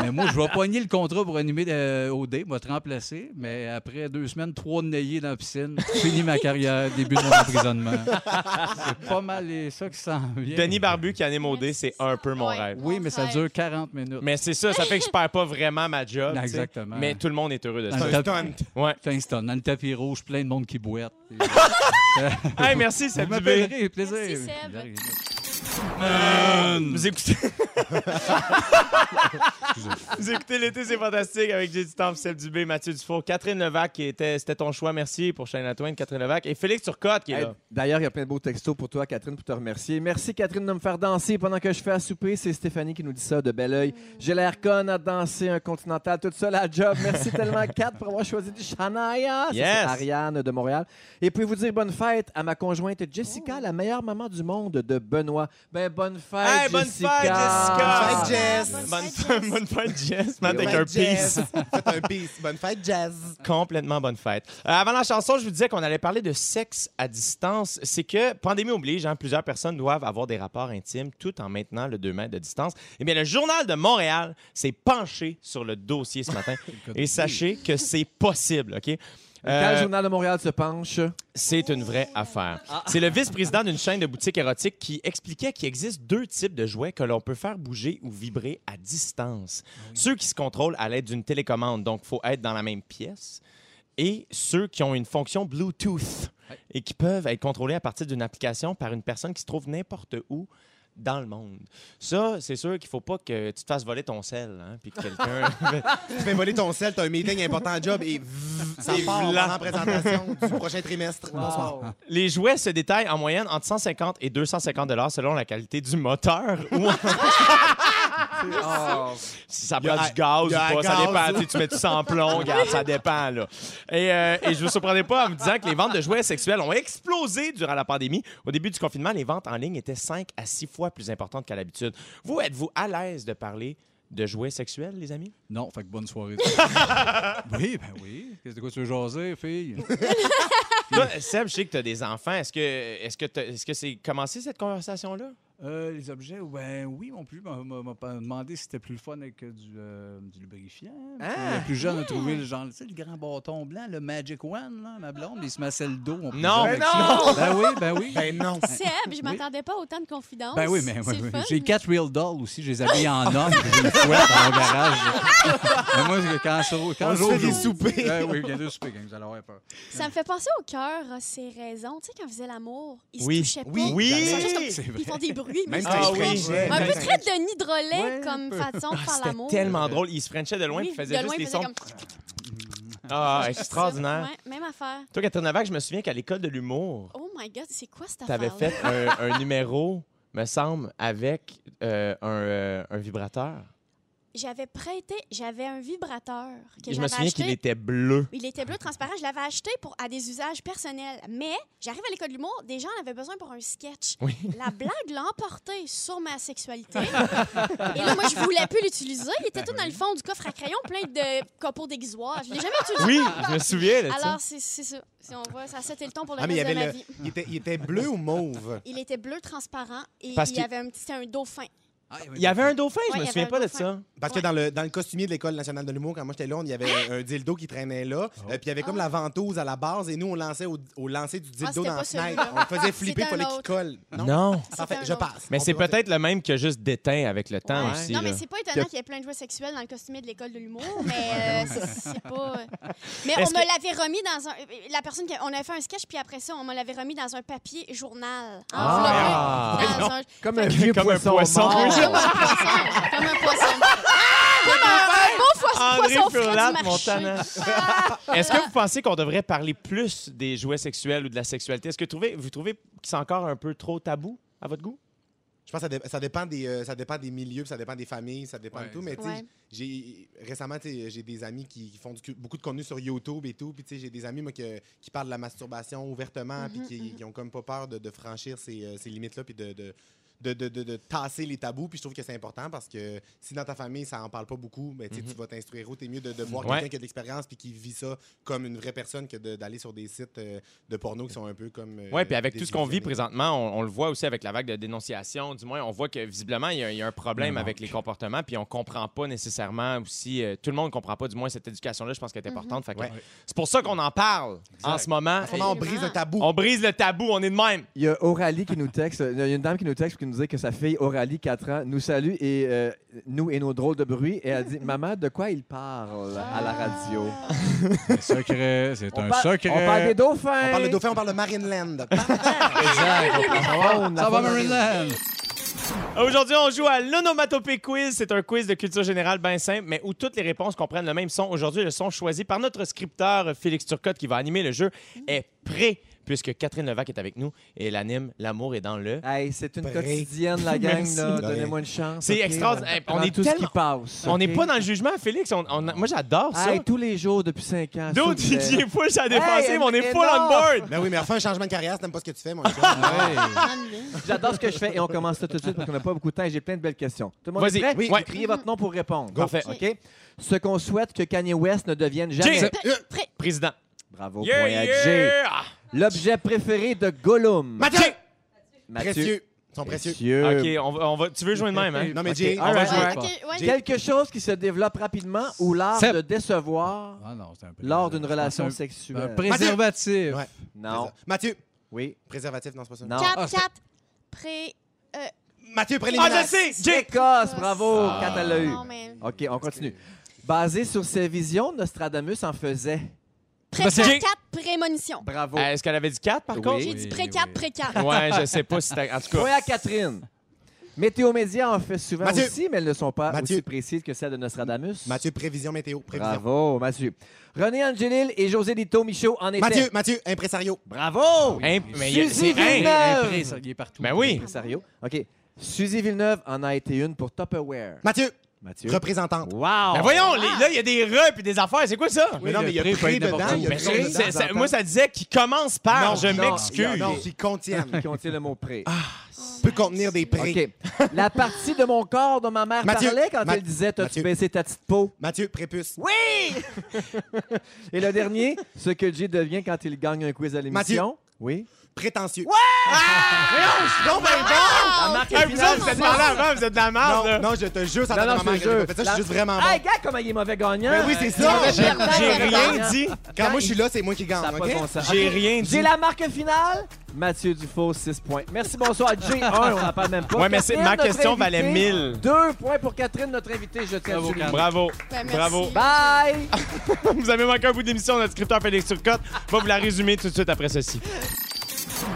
mais moi, je vais pogner le contrat pour animer euh, OD, il va te remplacer. Mais après deux semaines, trois naillés dans la piscine, fini ma carrière, début de mon emprisonnement. C'est pas mal et ça qui s'en vient. Denis Barbu qui anime OD, c'est un peu mon Ouais. rêve. Oui, mais ça Ouais. dure 40 minutes. Mais c'est ça, ça fait que je perds pas vraiment ma job. tu sais. Exactement. Mais tout le monde est heureux de Dans ça. le C'est un stunt. Ouais. Putain, c'est un- dans le tapis rouge, plein de monde qui boite. Hey, merci, Ça Seb me Dubé. fait plaisir. Merci, Seb. J'arrive. Vous écoutez. Vous écoutez l'été, c'est fantastique avec J.D. Temple, Seb Dubé, Mathieu Dufour, Catherine Levac qui était. C'était ton choix, merci pour Shane Twain, Catherine Levac et Félix Turcotte qui est Hey, là. D'ailleurs, il y a plein de beaux textos pour toi, Catherine, pour te remercier. Merci, Catherine, de me faire danser pendant que je fais à souper. C'est Stéphanie qui nous dit ça de bel oeil. J'ai l'air conne à danser un continental toute seule à la job. Merci tellement, Kat, pour avoir choisi du Shania. Ça, c'est Yes. Ariane de Montréal. Et puis vous dire bonne fête à ma conjointe Jessica, la meilleure maman du monde de Benoît. Ben, bonne fête, Hey, Jessica. bonne fête, Jessica! Bonne fête, Jess. Bonne Bonne fête, fête, bonne fête, Jess. Matt, avec Faites un peace. jazz. Faites un peace. Bonne fête, Jazz. Complètement bonne fête. Euh, avant la chanson, je vous disais qu'on allait parler de sexe à distance. C'est que, pandémie oblige, hein, plusieurs personnes doivent avoir des rapports intimes tout en maintenant le 2 mètres de distance. Eh bien, le Journal de Montréal s'est penché sur le dossier ce matin. Et sachez que c'est possible, OK? Quand le Euh, Journal de Montréal se penche, Ah. c'est une vraie affaire. C'est le vice-président d'une chaîne de boutiques érotiques qui expliquait qu'il existe deux types de jouets que l'on peut faire bouger ou vibrer à distance. Ceux qui se contrôlent à l'aide d'une télécommande, donc faut être dans la même pièce, et ceux qui ont une fonction Bluetooth Ouais. et qui peuvent être contrôlés à partir d'une application par une personne qui se trouve n'importe où dans le monde. Ça, c'est sûr qu'il faut pas que tu te fasses voler ton sel, hein, puis que quelqu'un... Tu fais voler ton sel, t'as un meeting important à job et vzz, ça Et part v'là. pendant la présentation du prochain trimestre. Bonsoir. Les jouets se détaillent en moyenne entre 150 et 250 dollars selon la qualité du moteur. Ou Ah. si ça prend Y a- du gaz ou y a pas, ça gaz, dépend. là. Tu sais, Tu mets du sans plomb, regarde, ça dépend. Là. Et, euh, et je ne vous surprenais pas en me disant que les ventes de jouets sexuels ont explosé durant la pandémie. Au début du confinement, les ventes en ligne étaient 5 à 6 fois plus importantes qu'à l'habitude. Vous, êtes-vous à l'aise de parler de jouets sexuels, les amis? Non, fait que bonne soirée. oui, ben oui. Qu'est-ce de quoi tu veux jaser, fille? Toi, Seb, je sais que tu as des enfants. Est-ce que est-ce que t'as- est-ce que c'est commencé cette conversation-là? Euh, les objets, ben oui, mon plus. m'a- M'a m'a pas demandé si c'était plus le fun avec euh, du, euh, du lubrifiant. Ah! le plus jeune a trouvé le genre, tu sais, le grand bâton blanc, le Magic One, là, ma blonde, il se massait le dos. on Non, faisait mais avec ça. Ben oui, ben oui. Ben non. Seb, je Oui. m'attendais pas à autant de confidences. Ben oui, mais Oh, C'est oui, le oui. fun. j'ai quatre Real Dolls aussi, je les habille en homme, puis j'ai une fouette dans mon garage. mais moi, je- quand, je- quand On se j'ouvre- fait des soupers. Ben oui, il y a deux soupers, gang, vous allez avoir peur. Ça me fait penser au cœur, à ses raisons. Tu sais, quand ils faisaient l'amour, ils Oui. se touchaient pas. Oui. Oui. Ils, sont juste comme- C'est vrai. ils font des bruits. mais ils Même si se Ah t'as touchent oui. pas. étranger, Un peu même si t'as- très Denis Drolet Ouais, un comme peu. façon de faire Ah, C'était l'amour. tellement drôle. Ils se frenchaient de loin Oui, puis faisaient de juste loin, des ils faisaient sons. comme- Ah, extraordinaire. Ouais, même affaire. Toi, Catherine Lavac, je me souviens qu'à l'école de l'humour, Oh my God, c'est quoi cette tu avais affaire fait un, un numéro, me semble, avec euh, un, euh, un vibrateur. J'avais prêté, j'avais un vibrateur que Et je me j'avais souviens acheté. qu'il était bleu. Il était bleu transparent, je l'avais acheté pour, à des usages personnels. Mais j'arrive à l'école de l'humour, des gens en avaient besoin pour un sketch. Oui. La blague l'a emporté sur ma sexualité. Et là, moi, je voulais plus l'utiliser. Il Ben était tout dans le fond du coffre à crayon, plein de copeaux déguisoires. Je l'ai jamais utilisé. Oui, je me souviens de ça. Alors, c'est c'est ça. Si on voit, ça a sauté le ton pour le Ah, mais il y reste de avait ma le- vie. Il était, il était bleu ou mauve? Il était bleu transparent et Parce il y qu'il- avait un petit, c'était un dauphin. Ah, oui, Il y avait un dauphin, je Ouais, il me y souviens avait pas un de ça. dauphin. Parce Ouais. que dans le, dans le costumier de l'École nationale de l'humour, quand moi j'étais là, on y avait euh, un dildo qui traînait là. Oh. euh, Puis il y avait comme la ventouse à la base et nous, on lançait au, au lancer du Ah, dildo c'était dans la pas fenêtre. celui-là. On le faisait flipper, C'était il fallait un qu'il autre. colle. Non? Ah, Non. Parfait, C'était un je autre. passe. Mais On c'est peut- peut-être le même que juste déteint avec le temps Ouais. aussi. Non, là. mais c'est pas étonnant qu'il y ait plein de jouets sexuels dans le costumier de l'école de l'humour, mais euh, c'est- c'est pas. euh, Mais on Est-ce me l'avait remis dans un. euh, La personne qui. On avait fait un sketch, puis après ça, on me l'avait remis dans un papier journal. Ah! enveloppé dans un- Comme un vieux Comme un poisson, poisson, mort. oui, Comme un poisson. Comme un poisson. Comme un, un beau poisson, Ah, André poisson frais Furlat, du mon marché. tannant. Est-ce que vous pensez qu'on devrait parler plus des jouets sexuels ou de la sexualité? Est-ce que trouvez- vous trouvez que c'est encore un peu trop tabou à votre goût? Je pense que ça, dé- ça dépend des, euh, ça dépend des milieux, puis ça dépend des familles, ça dépend de Ouais, tout. Mais tu sais, Ouais. j'ai récemment, tu sais, j'ai des amis qui qui font du cu- beaucoup de contenu sur YouTube et tout. Puis tu sais, j'ai des amis moi, que- qui parlent de la masturbation ouvertement, puis qui, qui ont comme pas peur de, de franchir ces, euh, ces limites-là, puis de, de, de, de- de- de tasser les tabous. Puis je trouve que c'est important parce que si dans ta famille, ça en parle pas beaucoup, ben, tu sais, tu vas t'instruire. où. T'es mieux de, de voir Mhm. Ouais. quelqu'un qui a de l'expérience puis qui vit ça comme une vraie personne que de- d'aller sur des sites euh, de porno qui sont un peu comme. euh, Oui, puis avec tout ce qu'on vit désillusionnés. présentement, on, on le voit aussi avec la vague de dénonciation. Du moins, on voit que visiblement, il y a, il y a un problème avec les comportements, puis on comprend pas nécessairement aussi. euh, tout le monde comprend pas, du moins, cette éducation-là, je pense qu'elle est importante. Fait que Ouais. C'est pour ça qu'on en parle en ce moment. En ce moment, on brise le tabou. On brise le tabou, on est de même. Il y a Oralie qui nous texte. Il y a une dame qui nous texte qui nous dit que sa fille, Oralie, 4 ans, nous salue et euh, nous et nos drôles de bruit. Et elle dit Maman, de quoi il parle à la radio Ah. C'est un secret, c'est On un parle- secret. On parle des dauphins. On parle de dauphin, on parle de Marineland. Exact. On Ça a va, pas- Maryland! Aujourd'hui, on joue à l'onomatopée quiz. C'est un quiz de culture générale bien simple, mais où toutes les réponses comprennent le même son. Aujourd'hui, le son choisi par notre scripteur euh, Félix Turcotte qui va animer le jeu est prêt, puisque Catherine Levac est avec nous et elle anime L'amour est dans le. Hey, c'est une Prêt. quotidienne, la gang. Merci. là. De rien. Donnez-moi une chance. C'est ok? extraordinaire. Prends On est tout ce tellement- qui passe. On ok? n'est pas dans le jugement, Félix. On- on- moi, j'adore ça. Hey, tous les jours depuis 5 ans. D'autres, s'il vous plaît. il est push à dépenser, Hey, mais on est full énorme. on board. Ben oui, mais refais un changement de carrière, si t'aimes pas ce que tu fais, mon chum. J'adore ce que je fais et on commence ça tout de suite parce qu'on n'a pas beaucoup de temps et j'ai plein de belles questions. Tout le monde Vas-y. est prêt? Oui. Vous Ouais. Criez votre nom pour répondre. Parfait. OK? Ce qu'on souhaite que Kanye West ne devienne jamais. Jay. Prêt- prêt- Président. Bravo, Yeah, point à yeah. Jay. L'objet préféré de Gollum. Mathieu! Mathieu. Précieux. Ils sont précieux. Précieux. OK, on va, on va- tu veux jouer de même, hein? Non, mais Ok, Jay, all on va right, jouer. all right. Ah, ok, ouais. Quelque chose qui se développe rapidement ou l'art Seb. de décevoir Ah non, c'est un peu. lors d'une c'est relation un- Un sexuelle. préservatif. Ouais. Non. Mathieu, Oui. préservatif, non, c'est pas ça. Non. Quatre, Ah, c'est- quatre, pré. Mathieu, Ah, préliminaire. je sais! Jay! Écosse, bravo, Ah. quand elle l'a eu. Non, mais. OK, on continue. Basé sur ses visions, Nostradamus en faisait. Pré Parce que- quatre, quatre, prémonition. Bravo. Euh, Est-ce qu'elle avait dit 4 par Oui. contre? J'ai Oui, dit pré oui. 4, pré 4. Ouais, je sais pas si t'as. En tout cas. Point à Catherine. Météo Média en fait souvent Mathieu. aussi, mais elles ne sont pas Mathieu. aussi précises que celles de Nostradamus. Mathieu, prévision météo. Prévision. Bravo, Mathieu. René Angelil et José Lito Michaud en étaient. Mathieu, Mathieu, impresario. Bravo! Imp- mais il y a- Suzy c'est- hey! Villeneuve. Un pré- ça, Il est partout. Ben oui. Impresario. OK. Suzy Villeneuve en a été une pour Tupperware. Mathieu, Mathieu. représentante. Wow! Ben voyons, les- là, il y a des re puis des affaires. C'est quoi ça? Ah, mais non, le mais il y pré a peut pré être n'importe dedans. il y a Mais pré c'est- dedans. c'est- ça- moi, ça disait qu'il commence par. Non, je non, m'excuse. Non, qui contiennent. Ah, Qui ont-ils le mot pré? peut contenir des prés. OK. La partie de mon corps dont ma mère Mathieu, parlait quand Ma- elle disait T'as-tu Mathieu. baissé ta petite peau Mathieu, prépuce. Et le dernier, ce que Jay devient quand il gagne un quiz à l'émission. Oui. Prétentieux. Non, ben bon! Ah, La marque Hey, vous finale, autres, vous êtes c'est- parlé avant, vous êtes de la merde, là. Non, non, je te jure, ça Non, fait non, je un moment te que j'ai jure. pas fait ça. Je La- suis juste vraiment bon. Ah, Hey, gars, comment il est mauvais gagnant! Ben oui, c'est ça. Il est J'ai mauvais j'ai gagnant. rien dit. Quand moi je suis là, c'est moi qui gagne. Ça n'a pas OK? de bon sens. J'ai OK. rien dit. J'ai la marque finale. Mathieu Dufault, 6 points. Merci, bonsoir. Jay, 1, on n'en parle même pas. Ouais, mais c'est- Catherine, ma notre question invitée, valait 1000. 2 points pour Catherine, notre invitée. Je tiens à Bravo, souligner. Catherine. Bravo. Ben, merci. Bravo. Bye! Ah. Vous avez manqué un bout d'émission. Notre scripteur Félix Turcotte va vous la résumer tout de suite après ceci.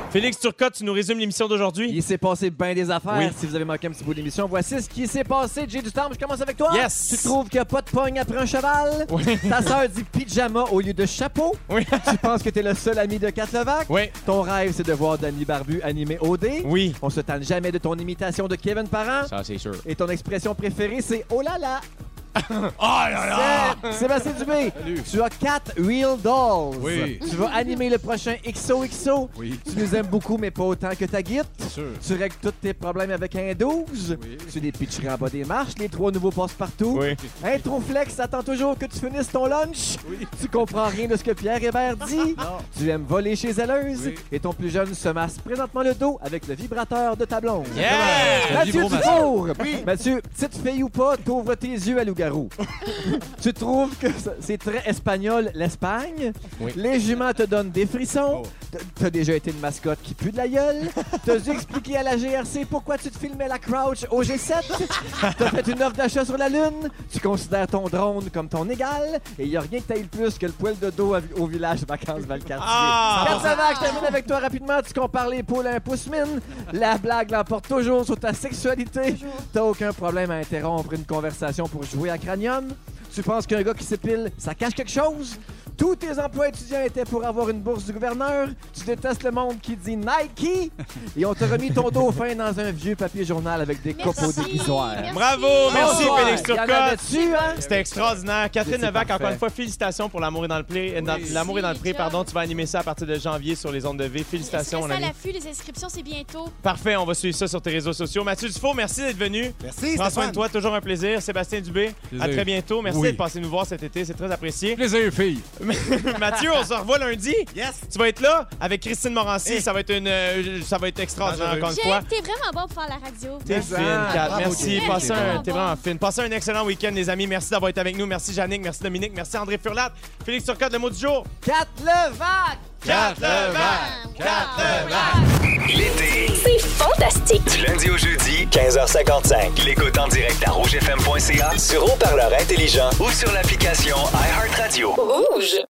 Félix Turcotte, tu nous résumes l'émission d'aujourd'hui? Il s'est passé bien des affaires. Oui. Si vous avez manqué un petit bout d'émission, voici ce qui s'est passé. Jay du temps, je commence avec toi. Yes. Tu trouves qu'il n'y a pas de pogne après un cheval? Oui. Ta sœur dit pyjama au lieu de chapeau. Oui. Tu penses que t'es le seul ami de Kat Levac? Oui. Ton rêve, c'est de voir Danny Barbu animer OD. Oui. On se tanne jamais de ton imitation de Kevin Parent. Ça, c'est sûr. Et ton expression préférée, c'est oh là là. Oh là là! Sé- Sébastien Dubé, tu as 4 Real Dolls. Oui. Tu vas animer le prochain XOXO. Oui, Tu nous aimes beaucoup, mais pas autant que ta guite. c'est sûr. Tu règles tous tes problèmes avec un 12. Oui. Tu les pitcherais en bas des marches, les trois nouveaux passent partout. Oui. Introflex attend toujours que tu finisses ton lunch. Tu comprends rien de ce que Pierre Hébert dit. Non. Tu aimes voler chez Zelleuse. Oui. Et ton plus jeune se masse présentement le dos avec le vibrateur de ta blonde. Yeah! Le Mathieu vibro- Dufour! Mathieu, petite fille ou pas, t'ouvres tes yeux à loup-garou. tu trouves que ça- c'est très espagnol, l'Espagne? Oui. Les juments te donnent des frissons. Oh. T- T'as déjà été une mascotte qui pue de la gueule. T'as dû expliquer à la GRC pourquoi tu te filmais la crouch au G7. T'as fait une offre d'achat sur la Lune. Tu considères ton drone comme ton égal. Et y a rien que t'aille plus que le poil de dos à- au village vacances Valcartier. Ah! Pierre Savard, je termine avec toi rapidement. Tu compares les poules à un pouce mine. La blague l'emporte toujours sur ta sexualité. T'as aucun problème à interrompre une conversation pour jouer à cranium. Tu penses qu'un gars qui s'épile, ça cache quelque chose? Tous tes emplois étudiants étaient pour avoir une bourse du gouverneur. Tu détestes le monde qui dit Nike. Et on t'a remis ton dauphin dans un vieux papier journal avec des copeaux Merci. déguisoires. Merci. Bravo, merci Bonsoir. Félix Il y en Turcotte. avait-tu, hein? C'était extraordinaire. Catherine C'était Levac, parfait. encore une fois, félicitations pour l'amour est dans le pré. dans- Oui. L'amour est dans le pré, Merci, pardon. Tu vas animer ça à partir de janvier sur les ondes de V. Félicitations, mon Restez à ami. l'affût, les inscriptions, c'est bientôt. Parfait, on va suivre ça sur tes réseaux sociaux. Mathieu Dufour, merci d'être venu. Merci, Prends soin Stéphane. de toi, toujours un plaisir. Sébastien Dubé, à Plaisir. très bientôt. Merci Oui. de passer nous voir cet été, c'est très apprécié. Plaisir, fille. Mathieu, on se revoit lundi. Yes. Tu vas être là avec Christine Morancy. Hey. Ça va être une, euh, ça va être extraordinaire Dangereux. encore une J'ai fois. t'es vraiment bon pour faire la radio. T'es Merci. fine, Kat. Bravo, Merci. Jay. Passez un, Vraiment t'es bon. vraiment fine. Passez un excellent week-end, les amis. Merci d'avoir été avec nous. Merci, Jannick. Merci, Dominique. Merci, André Furlat. Félix Turcotte, le mot du jour. Kat Levac! Kat L'été, C'est fantastique. du lundi au jeudi, 15h55. L'écoute en direct à rougefm.ca, sur haut-parleur intelligent ou sur l'application iHeartRadio. Rouge.